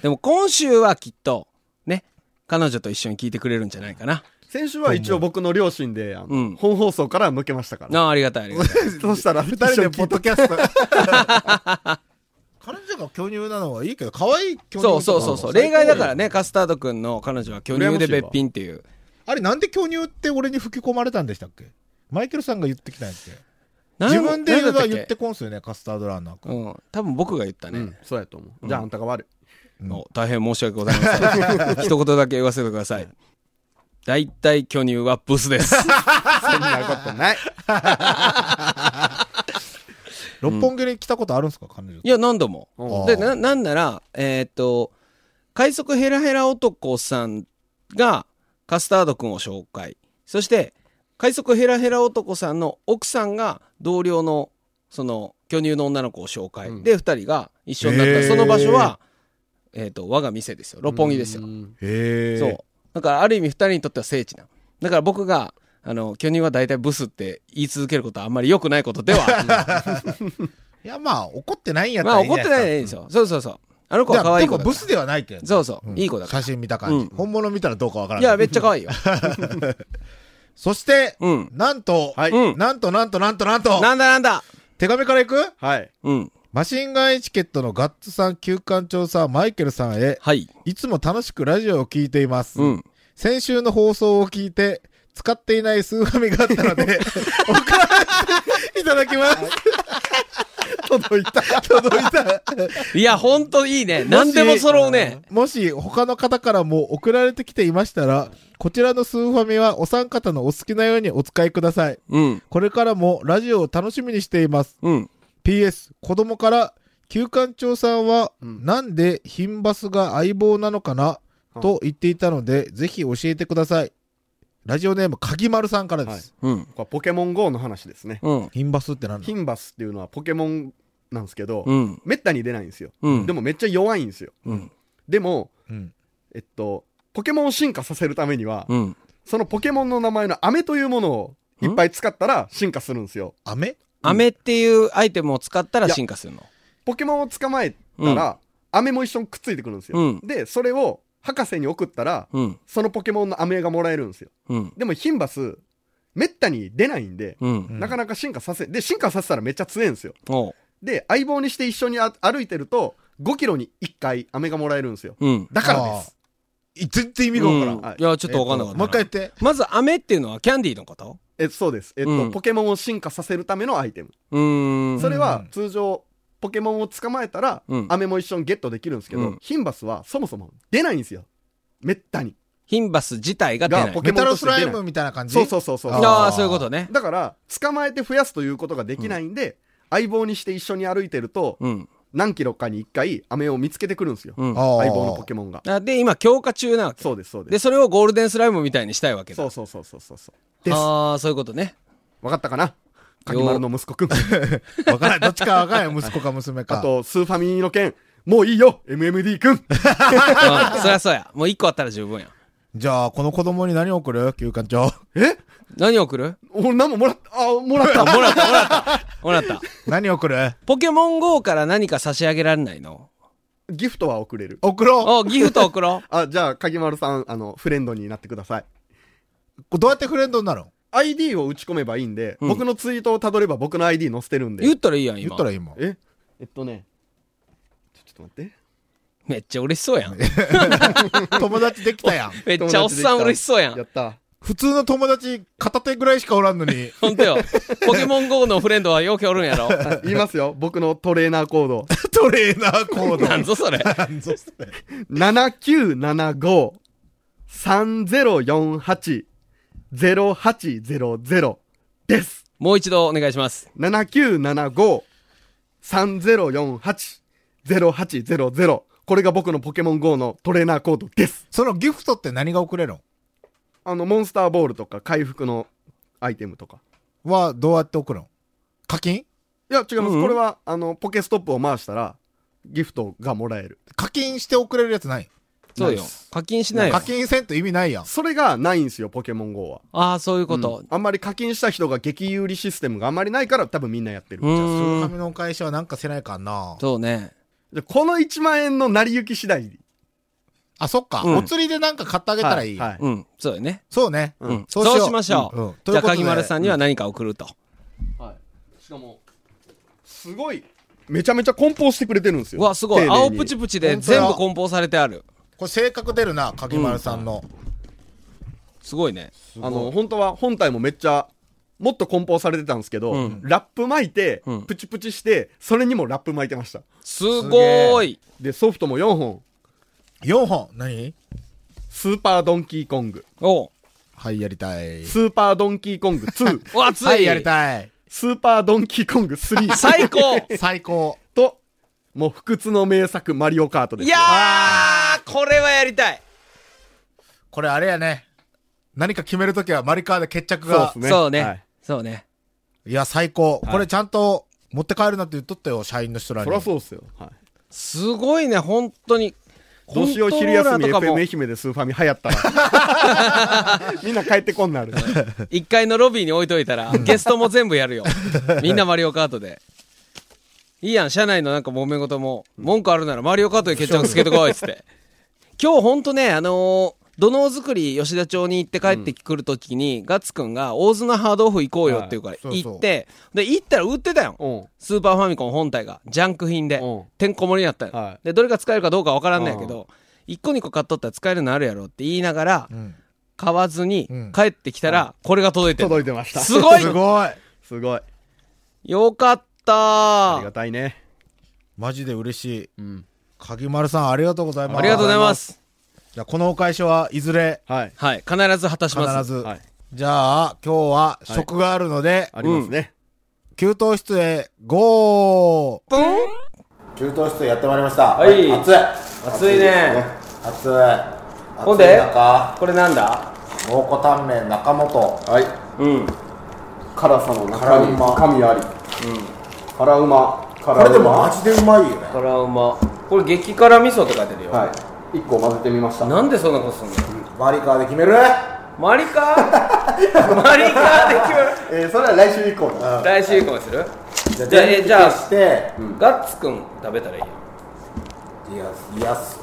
Speaker 4: でも今週はきっと、ね、彼女と一緒に聞いてくれるんじゃないかな。
Speaker 3: 先週は一応僕の両親で、あ
Speaker 4: うん
Speaker 3: の本放送から向けましたから。
Speaker 4: ああ、ありがたい、ありがたい。
Speaker 3: そうしたら、二
Speaker 2: 二人
Speaker 3: 人
Speaker 2: で
Speaker 3: で
Speaker 2: ポッ
Speaker 3: ポッ
Speaker 2: ド
Speaker 3: ド
Speaker 2: キャス
Speaker 4: (laughs)
Speaker 2: ト。彼女が巨乳なのはいいけど、可愛い巨乳
Speaker 4: そうそうそうそう。例外だから
Speaker 2: ね。
Speaker 4: ね、カスタードくんの彼女は巨乳で別品っていう。
Speaker 2: あれ、なんで巨乳って俺に吹き込まれたんでしたっけマイケルさんが言ってきたんやっけ
Speaker 4: なん
Speaker 2: 自分で言えば
Speaker 4: なんだ
Speaker 2: 言っ
Speaker 4: った
Speaker 2: て
Speaker 4: っけ
Speaker 2: こんすよね、カスタードランナー君。
Speaker 4: うん。多分僕が言った
Speaker 3: う
Speaker 4: ね
Speaker 3: ん。。そうやと思う。じゃああんたが悪
Speaker 4: お大変申し訳ございま
Speaker 3: (laughs)
Speaker 4: せん。一言だけ言わせてください。大体巨乳はブス
Speaker 3: (laughs)
Speaker 4: です。
Speaker 3: い。そんなことない。
Speaker 2: 六本木に来たことあるんすか、彼女。
Speaker 4: いや、何度も。
Speaker 3: うん
Speaker 4: で、な、なんなら、えーっと、快速ヘラヘラ男さんがカスタードくんを紹介。そして、快速ヘラヘラ男さんの奥さんが同僚の、その、巨乳の女の子を紹介。
Speaker 3: うん
Speaker 4: で、二人が一緒になっ
Speaker 2: へー
Speaker 4: た。その場所は、えーっと、我が店ですよ。六本木ですよ
Speaker 3: う。ん
Speaker 2: へえ。
Speaker 4: そう。だから、ある意味二人にとっては聖地な。だから僕が、あの、巨乳は大体ブスって言い続けることはあんまり良くないことではある。
Speaker 2: いや、まあ、怒ってないんやった
Speaker 4: まあ
Speaker 2: らいいん
Speaker 4: 怒
Speaker 2: じ
Speaker 4: っ
Speaker 2: ゃ
Speaker 4: て
Speaker 2: な
Speaker 4: ないい
Speaker 2: で
Speaker 4: でいいんですよ。そうそうそう。あの子
Speaker 2: じゃ
Speaker 4: は可
Speaker 2: あ
Speaker 4: 愛い
Speaker 2: 結構
Speaker 4: 子だ
Speaker 2: ブスではないってやつ
Speaker 4: そうそうんいい子だから
Speaker 2: 写真見た感じ。
Speaker 4: うん
Speaker 2: 本物見たらどうかわから
Speaker 4: いや、
Speaker 2: ない。
Speaker 4: めっちゃ可愛いよ。
Speaker 2: そして、
Speaker 4: うん
Speaker 2: なんと、
Speaker 3: はい
Speaker 4: うん
Speaker 2: なんとなんとなんとなんと、
Speaker 4: なんだなんだ
Speaker 2: 手紙からいく
Speaker 3: はい。
Speaker 4: うん。
Speaker 2: マシンガンエチケットのガッツさん、旧館長さん、マイケルさんへ、
Speaker 4: はい。
Speaker 2: いつも楽しくラジオを聞いています。
Speaker 4: うん。
Speaker 2: 先週の放送を聞いて、使っていない数ファミがあったの
Speaker 3: (laughs)
Speaker 2: で、お返しいただきます。届いた、届いた。
Speaker 4: いや、ほんといいね。何でも揃うね。
Speaker 2: もし他の方からも送られてきていましたら、こちらのスーファミはお三方のお好きなようにお使いください。
Speaker 4: うん。
Speaker 2: これからもラジオを楽しみにしています。
Speaker 4: うん。
Speaker 2: PS、子供から、旧館長さんは、
Speaker 3: うん
Speaker 2: なんでヒンバスが相棒なのかな
Speaker 3: うん
Speaker 2: と言っていたので、ぜひ教えてください。ラジオネーム、かぎまるさんからです。
Speaker 3: はい
Speaker 4: うん。
Speaker 3: これはポケモン GO の話ですね。
Speaker 4: うん。
Speaker 2: ヒンバスってなんだ
Speaker 3: ヒンバスっていうのはポケモンなんですけど、
Speaker 4: うん。
Speaker 3: めったに出ないんですよ。
Speaker 4: うん。
Speaker 3: でもめっちゃ弱いんですよ。
Speaker 4: うん。
Speaker 3: でも、
Speaker 2: うん。
Speaker 3: えっと、ポケモンを進化させるためには、
Speaker 4: うん。
Speaker 3: そのポケモンの名前の飴というものをいっぱい使ったら進化するんですよ。
Speaker 2: 飴
Speaker 4: 飴っていうアイテムを使ったら進化するの。
Speaker 3: ポケモンを捕まえたら、飴も一緒にくっついてくるんですよ。
Speaker 4: うん
Speaker 3: で、それを博士に送ったら、
Speaker 4: うん。
Speaker 3: そのポケモンの飴がもらえるんですよ。
Speaker 4: うん。
Speaker 3: でもヒンバス、めったに出ないんで、
Speaker 4: うん。
Speaker 3: なかなか進化させ、で、進化させたらめっちゃ強いんですよ。
Speaker 4: おう。
Speaker 3: で、相棒にして一緒にあ歩いてると、5キロに1回飴がもらえるんですよ。
Speaker 4: うん。
Speaker 3: だからです。
Speaker 2: い全然意味がわからん。
Speaker 4: うん
Speaker 3: はい
Speaker 4: いや、ちょっとわかんなかったな。
Speaker 2: もう一回言って。
Speaker 4: まず、飴っていうのはキャンディーのこと
Speaker 3: え、そうです。えっと、
Speaker 4: うん
Speaker 3: ポケモンを進化させるためのアイテム。
Speaker 4: うーん。
Speaker 3: それ
Speaker 2: う
Speaker 3: は
Speaker 2: ん
Speaker 3: 通常、ポケモンを捕まえたら、
Speaker 4: うん
Speaker 3: 飴も一緒にゲットできるんですけど、
Speaker 4: うん
Speaker 3: ヒンバスはそもそも出ないんですよ。めったに。
Speaker 4: ヒンバス自体が出な
Speaker 3: が
Speaker 4: い
Speaker 3: ポ。ケ
Speaker 2: メ
Speaker 3: モ
Speaker 2: タ
Speaker 3: ン
Speaker 2: ル
Speaker 3: とし
Speaker 2: ス
Speaker 3: て
Speaker 2: ラ
Speaker 3: 出
Speaker 2: イ
Speaker 3: ない
Speaker 2: ムみたいな感じ
Speaker 3: そうそうそうそう。
Speaker 4: ああ、そういうことね。
Speaker 3: だから、捕まえて増やすということができないんで、相棒にして一緒に歩いてると、
Speaker 4: うん。
Speaker 3: 何キロかに1回飴を見つけてくるんですよ。
Speaker 4: うん。
Speaker 2: あー
Speaker 3: 相棒のポケモンが。
Speaker 4: あで、今、強化中なわけ。
Speaker 3: そうです、そう
Speaker 4: で、
Speaker 3: です。
Speaker 4: それをゴールデンスライムみたいにしたいわけだ。
Speaker 3: そうそうそうそうそうそう。です。
Speaker 4: ああ、そういうことね。
Speaker 3: わかったかなかきまるの息子くん。
Speaker 2: わからない。どっちかわからない。息子か娘か。
Speaker 3: (laughs) あと、スーファミの件、もういいよ !MMD くん
Speaker 4: うん、そりゃそうや。もう一個あったら十分や。
Speaker 2: じゃあ、この子供に何送る休館長。
Speaker 3: え
Speaker 4: 何送る
Speaker 3: 俺何ももらった、あ、もら
Speaker 4: (laughs)
Speaker 3: った。
Speaker 4: もらった、もらった。もらった。
Speaker 2: 何送る
Speaker 4: ポケモン GO から何か差し上げられないの
Speaker 3: ギフトは送れる。
Speaker 2: 送ろ
Speaker 4: お、ギフト送ろ
Speaker 3: あ、じゃあ、かぎまるさん、あの、フレンドになってください。
Speaker 2: う。これどうやってフレンドになるの
Speaker 3: ID を打ち込めばいいんで、
Speaker 4: うん
Speaker 3: 僕のツイートをたどれば僕の ID 載せてるん
Speaker 4: う。言
Speaker 3: で
Speaker 4: っ。たらいいやん、
Speaker 2: 言
Speaker 4: 今。
Speaker 2: ったら今。
Speaker 3: ええっとね、ちょちょっと待って。
Speaker 4: めっちゃ嬉しそうやん。
Speaker 2: 友達できたや
Speaker 3: (laughs)
Speaker 2: ん。
Speaker 4: めっちゃおっさん嬉しそうや
Speaker 3: や
Speaker 4: ん
Speaker 3: っ。た。
Speaker 2: 普通の友達片手ぐらいしかおらんの
Speaker 3: (laughs)
Speaker 2: に。
Speaker 4: ほんとよ。ポケモン GO のフレンドはよくおるんやろ。
Speaker 3: 言いますよ。 (laughs) 僕のトレーナーコード。
Speaker 2: トレーナーコード。
Speaker 4: なんぞそれ。
Speaker 2: なんぞそれ
Speaker 3: 7975-3048-0800です。
Speaker 4: もう一度お願いします。
Speaker 3: 7975-3048-0800これが僕のポケモン GO のトレーナーコードです。
Speaker 2: (laughs) そのギフトって何が送れる
Speaker 3: あの、モンスターボールとか回復のアイテムとか。
Speaker 2: のは、どうやって送るの課金
Speaker 3: いや、違います。
Speaker 4: うん
Speaker 3: これは、あの、ポケストップを回したら、ギフトがもらえる。
Speaker 2: 課金して送れるやつない
Speaker 4: そうよ
Speaker 3: ナイス。
Speaker 4: 課金しないよ。
Speaker 2: 課金せんと意味ないやん。
Speaker 3: それがないんですよ、ポケモン GO は。
Speaker 4: ああ、そういうこと
Speaker 3: うん。あんまり課金した人が激有利システムがあんまりないから、多分みんなやってる。
Speaker 4: うーん。
Speaker 2: 紙のお返しはなんかせないかな。
Speaker 4: そうね。
Speaker 3: でこの1万円の成り行き次第。
Speaker 2: あ、そっか。
Speaker 4: うん
Speaker 2: お釣りでなんか買ってあげたらいい。
Speaker 3: はは
Speaker 4: うん。そうよね。
Speaker 2: そうね。
Speaker 4: うん。
Speaker 2: そ
Speaker 4: そう
Speaker 2: しよう
Speaker 4: うしましょ
Speaker 2: うんうん
Speaker 4: う。
Speaker 2: と
Speaker 4: じ
Speaker 2: いう
Speaker 4: ゃあ、
Speaker 2: ことで
Speaker 4: かぎまるさんには何か送ると。
Speaker 3: はい。しかも、すごい、めちゃめちゃ梱包してくれてるんですよ。
Speaker 4: うわ、すごい。
Speaker 3: 丁寧に
Speaker 4: 青プチプチで
Speaker 2: 本当だ
Speaker 4: 全部梱包されてある。
Speaker 2: これ性格出るな、かぎまるさんの。
Speaker 4: すごいね。
Speaker 3: あの、本当は本体もめっちゃ、もっと梱包されてたんですけど、
Speaker 4: うん
Speaker 3: ラップ巻いて、
Speaker 4: うん
Speaker 3: プチプチして、それにもラップ巻いてました。
Speaker 4: すごーい。
Speaker 3: で、ソフトも4本、
Speaker 2: 4本。何
Speaker 3: スーパードンキーコング、
Speaker 4: おう。
Speaker 2: はい、やりたい。
Speaker 3: スーパードンキーコング2、
Speaker 4: うわ、つい。
Speaker 2: はい、やりたい。
Speaker 3: スーパードンキーコング3
Speaker 4: 最高
Speaker 2: 最高。
Speaker 3: と、もう不屈の名作マリオカートで
Speaker 4: い
Speaker 3: す。
Speaker 4: やー、これはやりたい。
Speaker 2: これあれやね。何か決めるときはマリカーで決着
Speaker 3: そうで
Speaker 2: が
Speaker 3: す。ね。
Speaker 4: そう
Speaker 3: は
Speaker 4: ね
Speaker 3: い。
Speaker 4: そうね。
Speaker 2: いや、最高。
Speaker 3: い
Speaker 2: これちゃんと持って帰るなって言っとったよ、社員の人らに。
Speaker 3: そりゃそうっすよ。はい。
Speaker 4: すごいね、本当に。
Speaker 3: どうしよう昼休み
Speaker 4: コントロー
Speaker 3: FM
Speaker 4: ラーと
Speaker 3: 愛媛でスーファミ流行ったら
Speaker 4: (laughs)
Speaker 3: みんな帰ってこんなる
Speaker 4: かも一階のロビーに置いといたら、ゲストも全部やるよ。みんなマリオカートで。いいやん、社内のなんか揉め事も、文句あるならマリオカートに決着つけてこいっつって。今日ほんとね、あのー土のう作り吉田町に行って帰ってくるときに、ガッツくんが大綱ハードオフ行こうよっていうから
Speaker 2: はいそうそう
Speaker 4: 行って、で、行ったら売ってたよ。
Speaker 5: うん。
Speaker 4: スーパーファミコン本体が、ジャンク品で
Speaker 5: うん、
Speaker 4: てんこ盛りになったよ、
Speaker 5: はい
Speaker 4: で、どれが使えるかどうかわからんないけど、1個2個買っとったら使えるのあるやろって言いながら、
Speaker 2: うん
Speaker 4: 買わずに
Speaker 2: うん
Speaker 4: 帰ってきたら、これが届いてる
Speaker 5: 届いてました。
Speaker 4: すごい
Speaker 2: すごい
Speaker 5: すごい。
Speaker 4: よかった
Speaker 5: ありがたいね。
Speaker 2: マジで嬉しい。
Speaker 5: うん。
Speaker 2: 鍵丸さん、ありがとうございます。
Speaker 4: ありがとうございます。
Speaker 2: じゃあ、このお返しはいずれ
Speaker 5: はい。
Speaker 4: はい、必ず果たし
Speaker 2: 必
Speaker 4: ます。
Speaker 2: ず。
Speaker 5: はい。
Speaker 2: じゃあ、今日は食があるので、
Speaker 5: ありますね。
Speaker 2: 給湯室へゴ
Speaker 4: ポン
Speaker 2: ー給湯室やってまいりました。
Speaker 4: はい
Speaker 2: 暑い。
Speaker 4: 熱いね。
Speaker 2: 暑い。
Speaker 4: ほんで
Speaker 2: 暑い中、
Speaker 4: これなんだ
Speaker 2: 蒙古タンメン中本。
Speaker 3: はい
Speaker 4: うん。
Speaker 3: 辛さの
Speaker 2: 辛
Speaker 3: 中
Speaker 2: う
Speaker 3: に
Speaker 2: ま
Speaker 3: 深みあり辛うま辛う
Speaker 2: これ
Speaker 3: ま
Speaker 2: でも味でうまいよね。
Speaker 4: 辛うま。これ激辛味噌って書いてるよ。
Speaker 3: はい一個混ぜてみました
Speaker 4: なんでそんなことすんの
Speaker 2: マリカーで決める
Speaker 4: マリカマリカーで決める。
Speaker 3: えーそれは来週以降だ
Speaker 4: 来週以降にする
Speaker 2: じゃあ、
Speaker 4: じゃあえじゃあ
Speaker 2: して、
Speaker 4: ガッツくん食べたらいいよ。
Speaker 2: いや、いやす。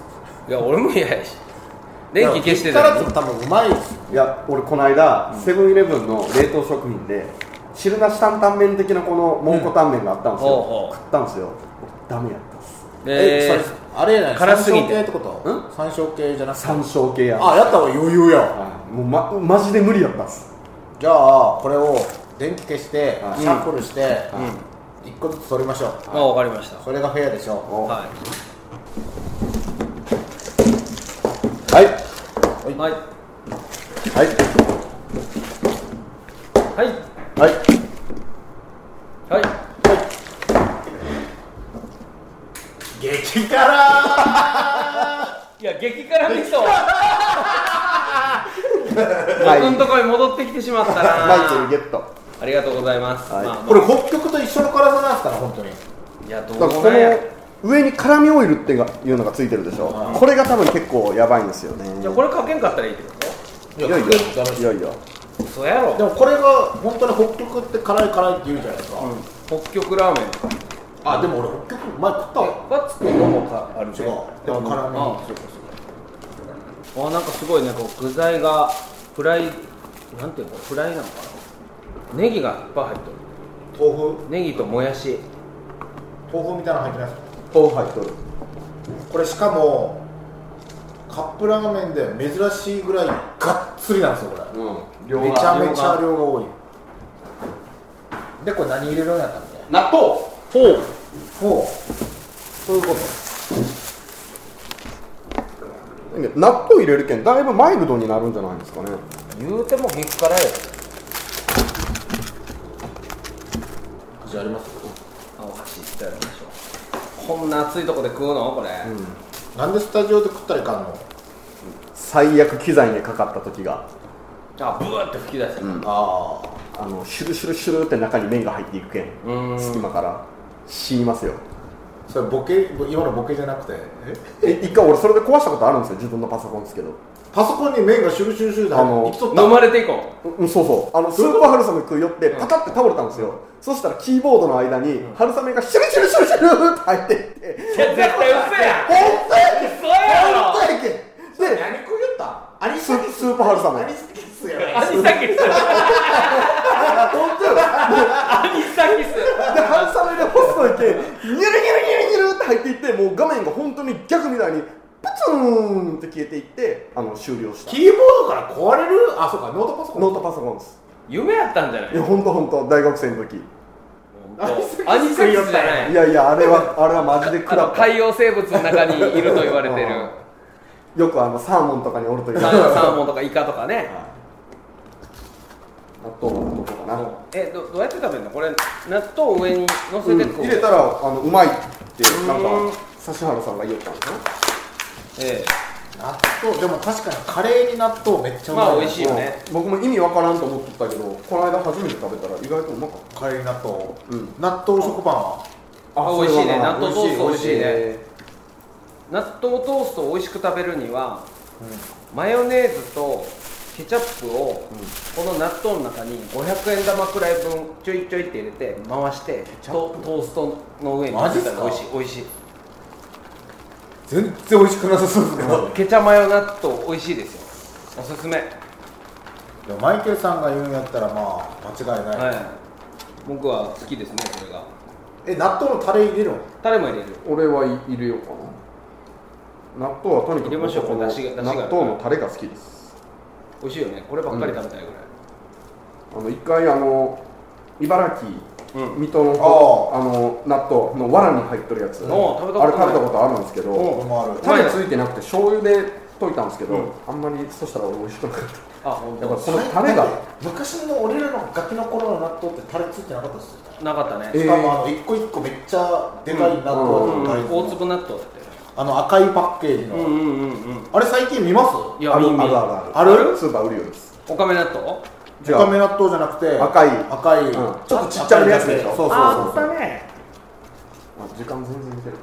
Speaker 4: いや、俺も嫌やし。電気消してた
Speaker 2: た
Speaker 4: の
Speaker 2: ら
Speaker 4: に。
Speaker 2: 多分うまいです
Speaker 3: いや俺この間セブンイレブンの冷凍食品で汁なし担々麺的なこの蒙古タンメンがあったんです
Speaker 4: うんほうほ
Speaker 3: よ
Speaker 4: う
Speaker 3: 食ったんですよダメやったっす
Speaker 4: えー
Speaker 2: それあれやない
Speaker 4: 辛すぎ
Speaker 2: 山椒
Speaker 4: て
Speaker 2: 系ってこと
Speaker 3: ん
Speaker 2: 山椒系じゃなくて
Speaker 3: 山椒系や
Speaker 2: あやった方が余裕やわ
Speaker 3: はいもうまマジで無理やったっす
Speaker 2: じゃあこれを電気消して
Speaker 3: はい
Speaker 2: シャッフルして一個ずつ取りましょう
Speaker 4: あ、わかりました。
Speaker 2: それがフェアでしょ
Speaker 4: は
Speaker 3: はい
Speaker 4: い。
Speaker 3: は
Speaker 4: はい。
Speaker 3: い
Speaker 4: はい。
Speaker 3: はい
Speaker 4: はい。
Speaker 2: 激辛
Speaker 4: いや、激辛味 (laughs) 噌。
Speaker 3: はい
Speaker 4: 僕のところに戻ってきてしまったな。
Speaker 3: マイケルゲット
Speaker 4: ありがとうございます。
Speaker 3: はい
Speaker 4: まあまあ
Speaker 2: これ北極と一緒の辛さなんですから本当に
Speaker 4: いや、どう
Speaker 3: だ
Speaker 4: も
Speaker 3: からこ
Speaker 4: ないや。
Speaker 3: の上に辛みオイルっていうのがついてるでしょ、これが多分結構やばいんですよね
Speaker 4: じゃあこれかけんかったらいいってこと
Speaker 2: い
Speaker 3: いやいや
Speaker 2: ダメです
Speaker 3: いやいや
Speaker 4: 嘘やろ
Speaker 2: でもこれが本当に北極って辛い辛いって言うじゃないですか
Speaker 4: 北極ラーメンとか
Speaker 2: あでも俺北極前食ったわ
Speaker 4: ガッツくんのもかあるね
Speaker 2: 違うでも辛め
Speaker 4: ああなんかすごいねこう具材がフライなんていうのフライなのかなネギがいっぱい入って
Speaker 2: 豆腐
Speaker 4: るネギともやし
Speaker 2: 豆腐みたいなの入ってないですか
Speaker 3: 豆腐入っとる
Speaker 2: これしかもカップラーメンで珍しいぐらいがっつりなんですよこれ
Speaker 3: うん
Speaker 2: めちゃめちゃ量が多いでこれ何入れるんやったっけ
Speaker 3: 納豆
Speaker 4: ほう
Speaker 2: ほうそういうこと
Speaker 3: 納豆入れるけんだいぶマイルドになるんじゃないですかね
Speaker 4: 言うても激辛や
Speaker 2: じゃあります
Speaker 4: あお箸いったらでしょこんな暑いとこで食うのこれ、
Speaker 2: なんでスタジオで食ったらいかんの
Speaker 3: 最悪機材にかかった時が
Speaker 4: あブワって吹き出してる、
Speaker 2: ああ
Speaker 3: あのシュルシュルシュルって中に麺が入っていくけん隙間から死にますよ
Speaker 2: それボケ今のボケじゃなくて
Speaker 3: え一回俺それで壊したことあるんですよ自分のパソコンですけど
Speaker 2: パソコンに麺がシュルシュルシュルで
Speaker 3: あの
Speaker 2: いきとった
Speaker 4: 飲まれていこう
Speaker 3: うん、そうそうあのスーパーハルサメ食い寄ってパタって倒れたんですよ、そしたらキーボードの間にハルサメがシュルシュルシュルシュルって入っていって
Speaker 4: いや絶対嘘や
Speaker 3: 本当やけん
Speaker 4: 嘘やろ
Speaker 3: 本当やけんで
Speaker 2: 何食いよったアニ
Speaker 3: ススーパーハルサメ
Speaker 2: スキスや
Speaker 4: アニサキス
Speaker 3: 本当や
Speaker 4: アニサキス
Speaker 3: でハルサメで細いけんニュルニュルニュルニュルって入っていってもう画面が本当に逆みたいにプツーンって消えていってあの終了した
Speaker 2: キーボードから壊れるあそうかノートパソコン
Speaker 3: ノートパソコンです
Speaker 4: 夢やったんじゃない
Speaker 3: いや本当本当大学生の時い
Speaker 4: アニサキスじゃない
Speaker 3: やいやあれはあれはマジで
Speaker 4: あ
Speaker 3: 食ら
Speaker 4: の
Speaker 3: った
Speaker 4: 海洋生物の中にいると言われてる
Speaker 3: よくあのサーモンとかにおるという
Speaker 4: サーサーモンとかイカとかね
Speaker 3: 納豆のとこかな
Speaker 4: えどどうやって食べるのこれ納豆を上に乗せてこう、
Speaker 3: 入れたらあのうまいってなん
Speaker 4: うん
Speaker 3: か指原さんが言ったんですね
Speaker 4: え
Speaker 2: 納豆でも確かにカレーに納豆めっちゃうまい
Speaker 4: まあ美味しいよね
Speaker 3: うん僕も意味わからんと思ってたけどこの間初めて食べたら意外とうまかっ
Speaker 2: カレーに納豆、
Speaker 3: うん
Speaker 2: 納豆食パンは
Speaker 3: た
Speaker 4: あ
Speaker 3: それは
Speaker 4: 美味しいね
Speaker 3: まあ
Speaker 4: 納豆トースト美味しい
Speaker 3: 美
Speaker 4: ね
Speaker 3: 味
Speaker 4: え納豆トーストを美味しく食べるには、マヨネーズとケチャップをこの納豆の中に500円玉くらい分ちょいちょいって入れて回してトトーストの上に
Speaker 6: マジっす
Speaker 4: た
Speaker 6: から
Speaker 4: 美味しい美味しい
Speaker 6: 全然美味しくなさそうですけど
Speaker 4: ケチャマヨ納豆美味しいですよおすすめ
Speaker 2: でもマイケルさんが言うんやったらまあ間違いない、
Speaker 4: はい僕は好きですねこれが
Speaker 2: え納豆のタレ入れるの
Speaker 4: タレも入れる
Speaker 7: 俺はい入れようかな納豆はとにかく
Speaker 4: 入れましょう
Speaker 7: 僕は
Speaker 4: これ出汁が
Speaker 7: 納
Speaker 4: 出汁が
Speaker 7: 豆のタレが好きです
Speaker 4: 美味しいよねこればっかり食べたいぐらい、
Speaker 7: あの一回あの茨城、水戸の
Speaker 2: あ
Speaker 7: あの納豆の藁に入ってるやつ、
Speaker 4: おう食べたこと
Speaker 7: あ
Speaker 4: な
Speaker 7: れ
Speaker 4: い
Speaker 7: 食べたことあるんですけど、
Speaker 2: これもある
Speaker 7: タレついてなくて醤油で溶いたんですけど、あんまりそしたら美味しくなかった
Speaker 4: あ本
Speaker 7: やっぱ
Speaker 4: 当。
Speaker 7: この (laughs) タレが
Speaker 2: 昔の俺らのガキの頃の納豆ってタレついてなかったっすよ
Speaker 4: なかったね、
Speaker 7: え
Speaker 2: しかもあの一個一個めっちゃでかい納豆
Speaker 4: うん
Speaker 2: の大
Speaker 4: 大
Speaker 2: 豆
Speaker 4: 粒納豆だったよね
Speaker 2: あの赤いパッケージの、
Speaker 4: うんうんうんうん
Speaker 2: あれ最近見ます
Speaker 4: いや
Speaker 7: ある
Speaker 4: いいね
Speaker 7: あるある
Speaker 2: ある
Speaker 7: スーパー売るようです
Speaker 4: おかめ納豆
Speaker 7: じゃ
Speaker 2: 赤め
Speaker 7: あ
Speaker 2: 納豆じゃなくて
Speaker 7: 赤い
Speaker 2: 赤い、
Speaker 7: んちょっとちっちゃめのやつでしょ
Speaker 2: そうそうそうそう
Speaker 4: ね
Speaker 7: あ時間全然見てる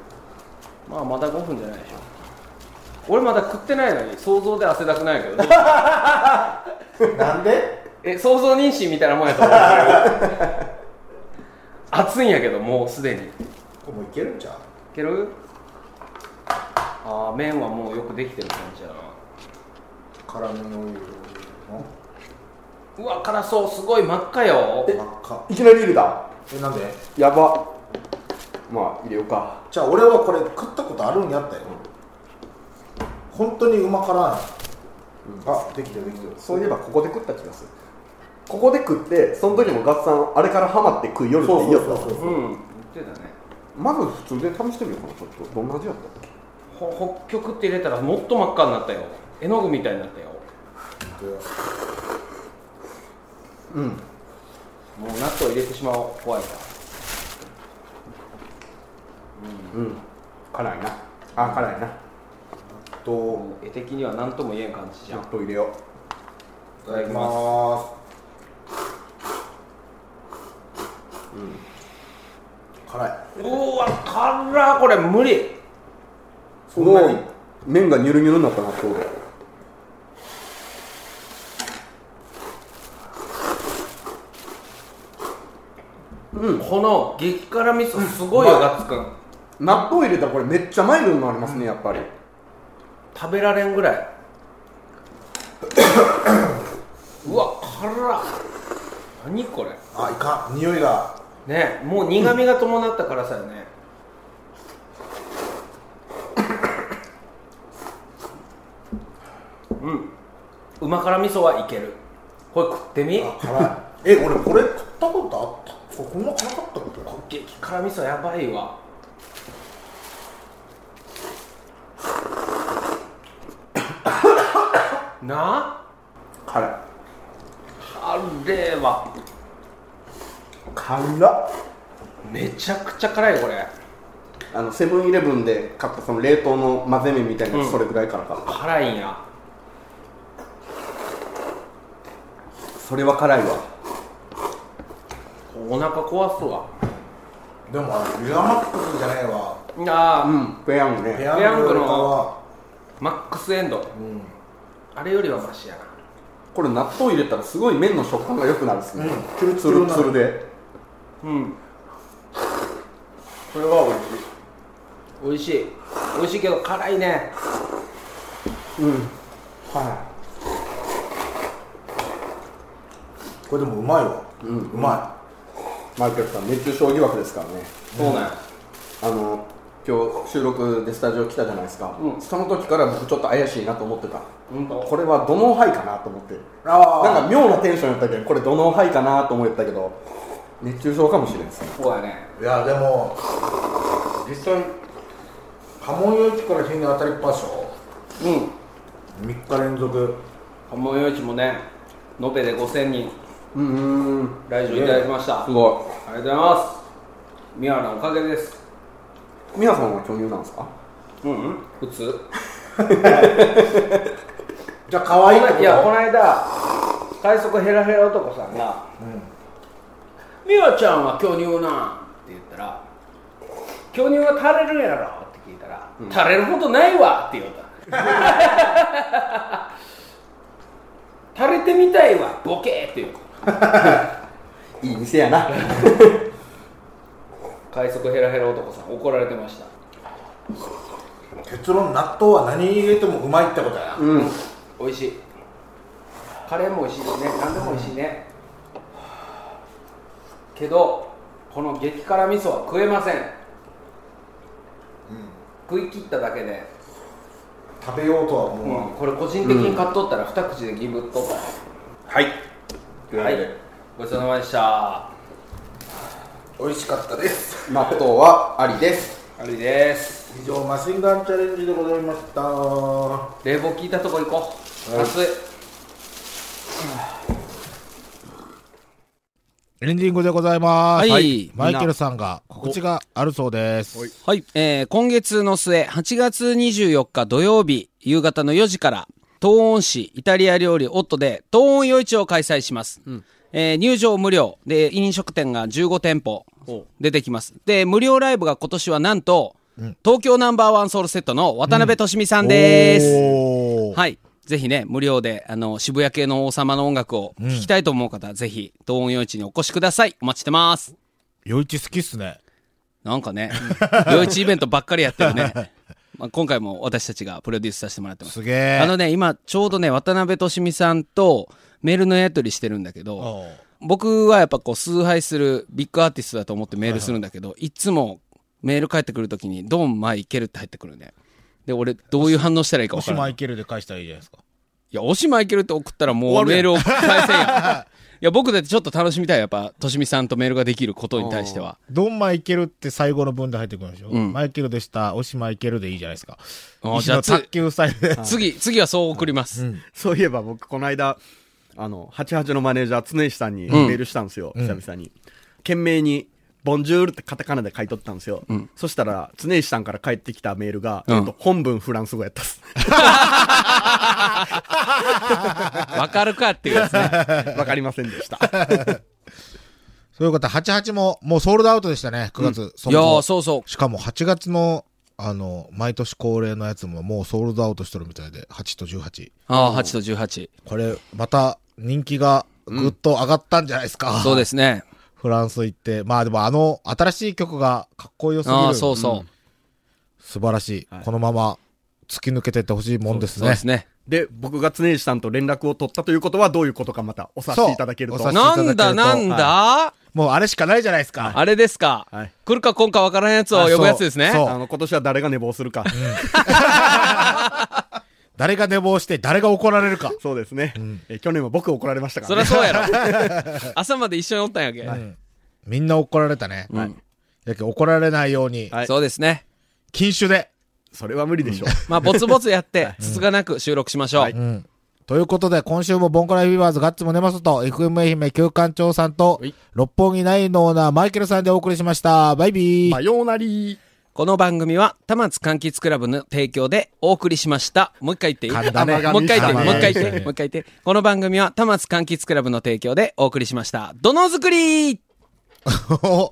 Speaker 4: まあまだ5分じゃないでしょ俺まだ食ってないのに想像で汗だくないけど
Speaker 7: (laughs)
Speaker 2: なんで
Speaker 4: え想像妊娠みたいなもんやと思う熱いんやけどもうすでにい
Speaker 2: これもういけるんちゃう
Speaker 4: けるああ麺はもうよくできてる感じやな
Speaker 2: 辛めのオイル
Speaker 4: うわ辛そうすごい真っ赤よ
Speaker 2: の真っ赤
Speaker 7: いきなり入れた
Speaker 2: えなんで
Speaker 7: やばまあ入れようか
Speaker 2: じゃあ俺はこれ食ったことあるんやったよ本当にうま辛い、あできてるできてる
Speaker 7: そういえばここで食った気がするここで食ってその時もガッツさんあれからハマって食いよるって
Speaker 2: そう
Speaker 7: 言
Speaker 2: そ
Speaker 7: い
Speaker 2: う
Speaker 7: よった
Speaker 2: そうそう
Speaker 4: うん言ってたね
Speaker 7: まず普通で試してみようかなちょっとどんな味やったっ
Speaker 4: ほ北極って入れたらもっと真っ赤になったよ絵の具みたいになったようんもう納豆入れてしまおう怖いか
Speaker 7: けうん辛いなあ辛いな
Speaker 2: と
Speaker 4: らもう絵的には何とも言えん感じじゃんい
Speaker 7: 納豆入れよ
Speaker 4: ただき
Speaker 2: ま
Speaker 4: ます
Speaker 2: ーす辛いう
Speaker 4: わ辛っこれ無理
Speaker 7: うもう麺がニュルニュルになった納豆で
Speaker 4: この激辛味噌すごいよガッツくん
Speaker 7: 納豆入れたらこれめっちゃマイルドになりますねやっぱり
Speaker 4: 食べられんぐらいうわ辛っ何これ
Speaker 2: あいかん匂いが
Speaker 4: ねもう苦みが伴った辛さよね、うんうま辛味噌はいけるこれ食ってみ
Speaker 2: あ辛いえ俺これ食ったことあったこれこんな辛かったっけ
Speaker 4: 激辛味噌やばいわな
Speaker 7: 辛い
Speaker 4: あれは
Speaker 7: 辛っ
Speaker 4: めちゃくちゃ辛いこれ
Speaker 7: あのセブンイレブンで買ったその冷凍の混ぜ麺みたいなやつそれぐらい辛かった、
Speaker 4: 辛いんや
Speaker 7: それは辛いわ
Speaker 4: お腹壊すわ
Speaker 2: でもあれレアマックスじゃねえわ
Speaker 4: ああ、
Speaker 7: うんペヤングね
Speaker 2: ペヤングよりかは
Speaker 4: マックスエンド、あれよりはマシやな
Speaker 7: これ納豆入れたらすごい麺の食感が良くなるですね、ツルツルツルで
Speaker 4: うん
Speaker 7: これは
Speaker 4: 美味しい美味しいけど辛いね
Speaker 7: 美味しいうんは
Speaker 2: これでもうまいわうんうま
Speaker 7: いマイケルさん熱中症疑惑ですからね
Speaker 4: そうなんや
Speaker 7: あの今日収録でスタジオ来たじゃないですか、
Speaker 4: うん
Speaker 7: その時から僕ちょっと怪しいなと思ってた
Speaker 4: うんと
Speaker 7: これはドノーハイかなと思って
Speaker 2: いああ
Speaker 7: なんか妙なテンションやったけどこれドノーハイかなと思ったけど熱中症かもしれないですね
Speaker 4: こうやね
Speaker 2: いやでも実際波紋夜市から日に当たりっぱでしょ
Speaker 4: うん
Speaker 2: 3日連続
Speaker 4: 鴨よ市もね延べで5000人
Speaker 7: うんうんうん
Speaker 4: 来場いただきました、
Speaker 7: すご
Speaker 4: ありがとうございますミアのおかげです
Speaker 7: い皆さんは巨乳なんですか
Speaker 4: うん、うん、普通
Speaker 2: じゃあ可愛いってこと
Speaker 4: いやこの間快速ヘラヘラ男さんが「美、和、ちゃんは巨乳なん?」って言ったら「巨乳は垂れるやろ?」って聞いたら「 (laughs) 垂れることないわ」って言うた
Speaker 8: 垂れてみたいわボケーっていう
Speaker 7: いい店やな
Speaker 8: 快速ヘラヘラ男さん怒られてました
Speaker 9: 結論納豆は何入れてもうまいってことやな、
Speaker 8: 美味しいカレーも美味しいしね何でも美味しいねけどこの激辛味噌は食えません、食い切っただけで、
Speaker 9: 食べようとは思う、
Speaker 8: うんこれ個人的に買っとったら二口でギブっとった、
Speaker 9: はい
Speaker 8: はいごちそうさまでした
Speaker 9: 美味しかったです
Speaker 7: 納豆はありです
Speaker 8: ありです
Speaker 9: 以上マシンガンチャレンジでございましたは
Speaker 8: 冷房効いたとこ行こう、暑い
Speaker 2: エンディングでございます。
Speaker 4: はい
Speaker 2: マイケルさんが告知があるそうです。
Speaker 4: はい、えー今月の末、8月24日土曜日、夕方の4時から、東温市イタリア料理オットで、東温夜市を開催します。えー入場無料で、飲食店が15店舗出てきます。で、無料ライブが今年はなんと、東京ナンバーワンソウルセットの渡辺俊美さんです。
Speaker 2: おー
Speaker 4: はい。ぜひね、無料で、あの、渋谷系の王様の音楽を聴きたいと思う方、はぜひ、東音夜市にお越しください。お待ちしてます。
Speaker 2: 余一好きっすね。
Speaker 4: なんかね、 (laughs) 夜市イベントばっかりやってるね。まあ、今回も私たちがプロデュースさせてもらってます。
Speaker 2: すげえ。
Speaker 4: あのね、今、ちょうどね、渡辺俊美さんとメールのやり取りしてるんだけど、
Speaker 2: おう
Speaker 4: 僕はやっぱこう、崇拝するビッグアーティストだと思ってメールするんだけど、いつもメール返ってくるときに、ドン、マイケルって入ってくるね。で、俺、どういう反応したらいいか
Speaker 2: も
Speaker 4: 分か
Speaker 2: し
Speaker 4: らない
Speaker 2: マ。イケルで返したらいいじゃないですか。
Speaker 4: いや、押しマイケルって送ったらもうメールを返せん (laughs) やん。いや、僕だってちょっと楽しみたい。やっぱ、としみさんとメールができることに対しては。
Speaker 2: ドンマイケルって最後の文で入ってくるんでしょ、
Speaker 4: ん
Speaker 2: マイケルでした。おしマイケルでいいじゃないですか。
Speaker 4: あ
Speaker 2: 石の
Speaker 4: ーじゃあつ
Speaker 2: 卓球スタイルで。
Speaker 4: 次、次はそう送ります。
Speaker 3: そういえば僕、この間、あの、88のマネージャー、常石さんにメールしたんですよ、久々に。懸命に、ボンジュールってカタカナで書いとったんですよ。そしたら、常石さんから返ってきたメールが、
Speaker 4: うん
Speaker 3: えっと、本文フランス語やったっ (laughs) す。
Speaker 4: わかるかっていうやつね。
Speaker 3: わかりませんでした。
Speaker 2: そういうこと、88ももうソールドアウトでしたね、9月。そ
Speaker 4: い
Speaker 2: も
Speaker 4: や
Speaker 2: そも
Speaker 4: ー、そうそう。
Speaker 2: しかも8月の、あの、毎年恒例のやつももうソールドアウトしてるみたいで、8と18。
Speaker 4: ああ、8と18。
Speaker 2: これ、また人気がぐっと上がったんじゃないですか。
Speaker 4: そうですね。
Speaker 2: フランス行って。まあでもあの、新しい曲がかっこよすぎる。
Speaker 4: ああ、そうそう。
Speaker 2: 素晴らしい。このまま突き抜けてってほしいもんです
Speaker 4: そう
Speaker 2: ね。
Speaker 4: ですね。
Speaker 3: で、僕が常石さんと連絡を取ったということは、どういうことかまたお察しいただけると。
Speaker 2: そうお察し
Speaker 4: なんだなんだ
Speaker 2: もうあれしかないじゃないですか。
Speaker 4: あれですか
Speaker 3: はい。
Speaker 4: 来るか来んかわからんやつを呼ぶやつですね
Speaker 2: あ。そう
Speaker 3: あの、今年は誰が寝坊するか。
Speaker 2: 誰が寝坊して、誰が怒られるか。
Speaker 3: そうですね、え。去年は僕怒られましたか
Speaker 4: そ
Speaker 3: ら
Speaker 4: りゃ
Speaker 3: ね。
Speaker 4: そうやろ。朝まで一緒におったんやけ。
Speaker 2: みんな怒られたね。
Speaker 4: はい
Speaker 2: やけ怒られないように、
Speaker 3: はい
Speaker 4: そうですね。
Speaker 2: 禁酒で。
Speaker 3: それは無理でしょう。
Speaker 4: まあ、ぼつぼつやって、つつがなく収録しましょう
Speaker 3: はい。
Speaker 2: ということで、今週もボンコライフィーバーズガッツムネマソと、FM 愛媛旧館長さんと
Speaker 3: はい、
Speaker 2: 六本木ナインのオーナーマイケルさんでお送りしました。バイビー。
Speaker 3: 真夜なり。
Speaker 4: この番組は、たまつかんきつクラブの提供でお送りしました。もう一回言っていい
Speaker 2: 噛んだね
Speaker 4: もう一回言っていいもう一
Speaker 2: 噛んだ
Speaker 4: 回言って、
Speaker 2: ね
Speaker 4: もう一回言って。この番組は、たまつかん
Speaker 2: (laughs)
Speaker 4: きつクラブの提供でお送りしました。どのづくり
Speaker 2: お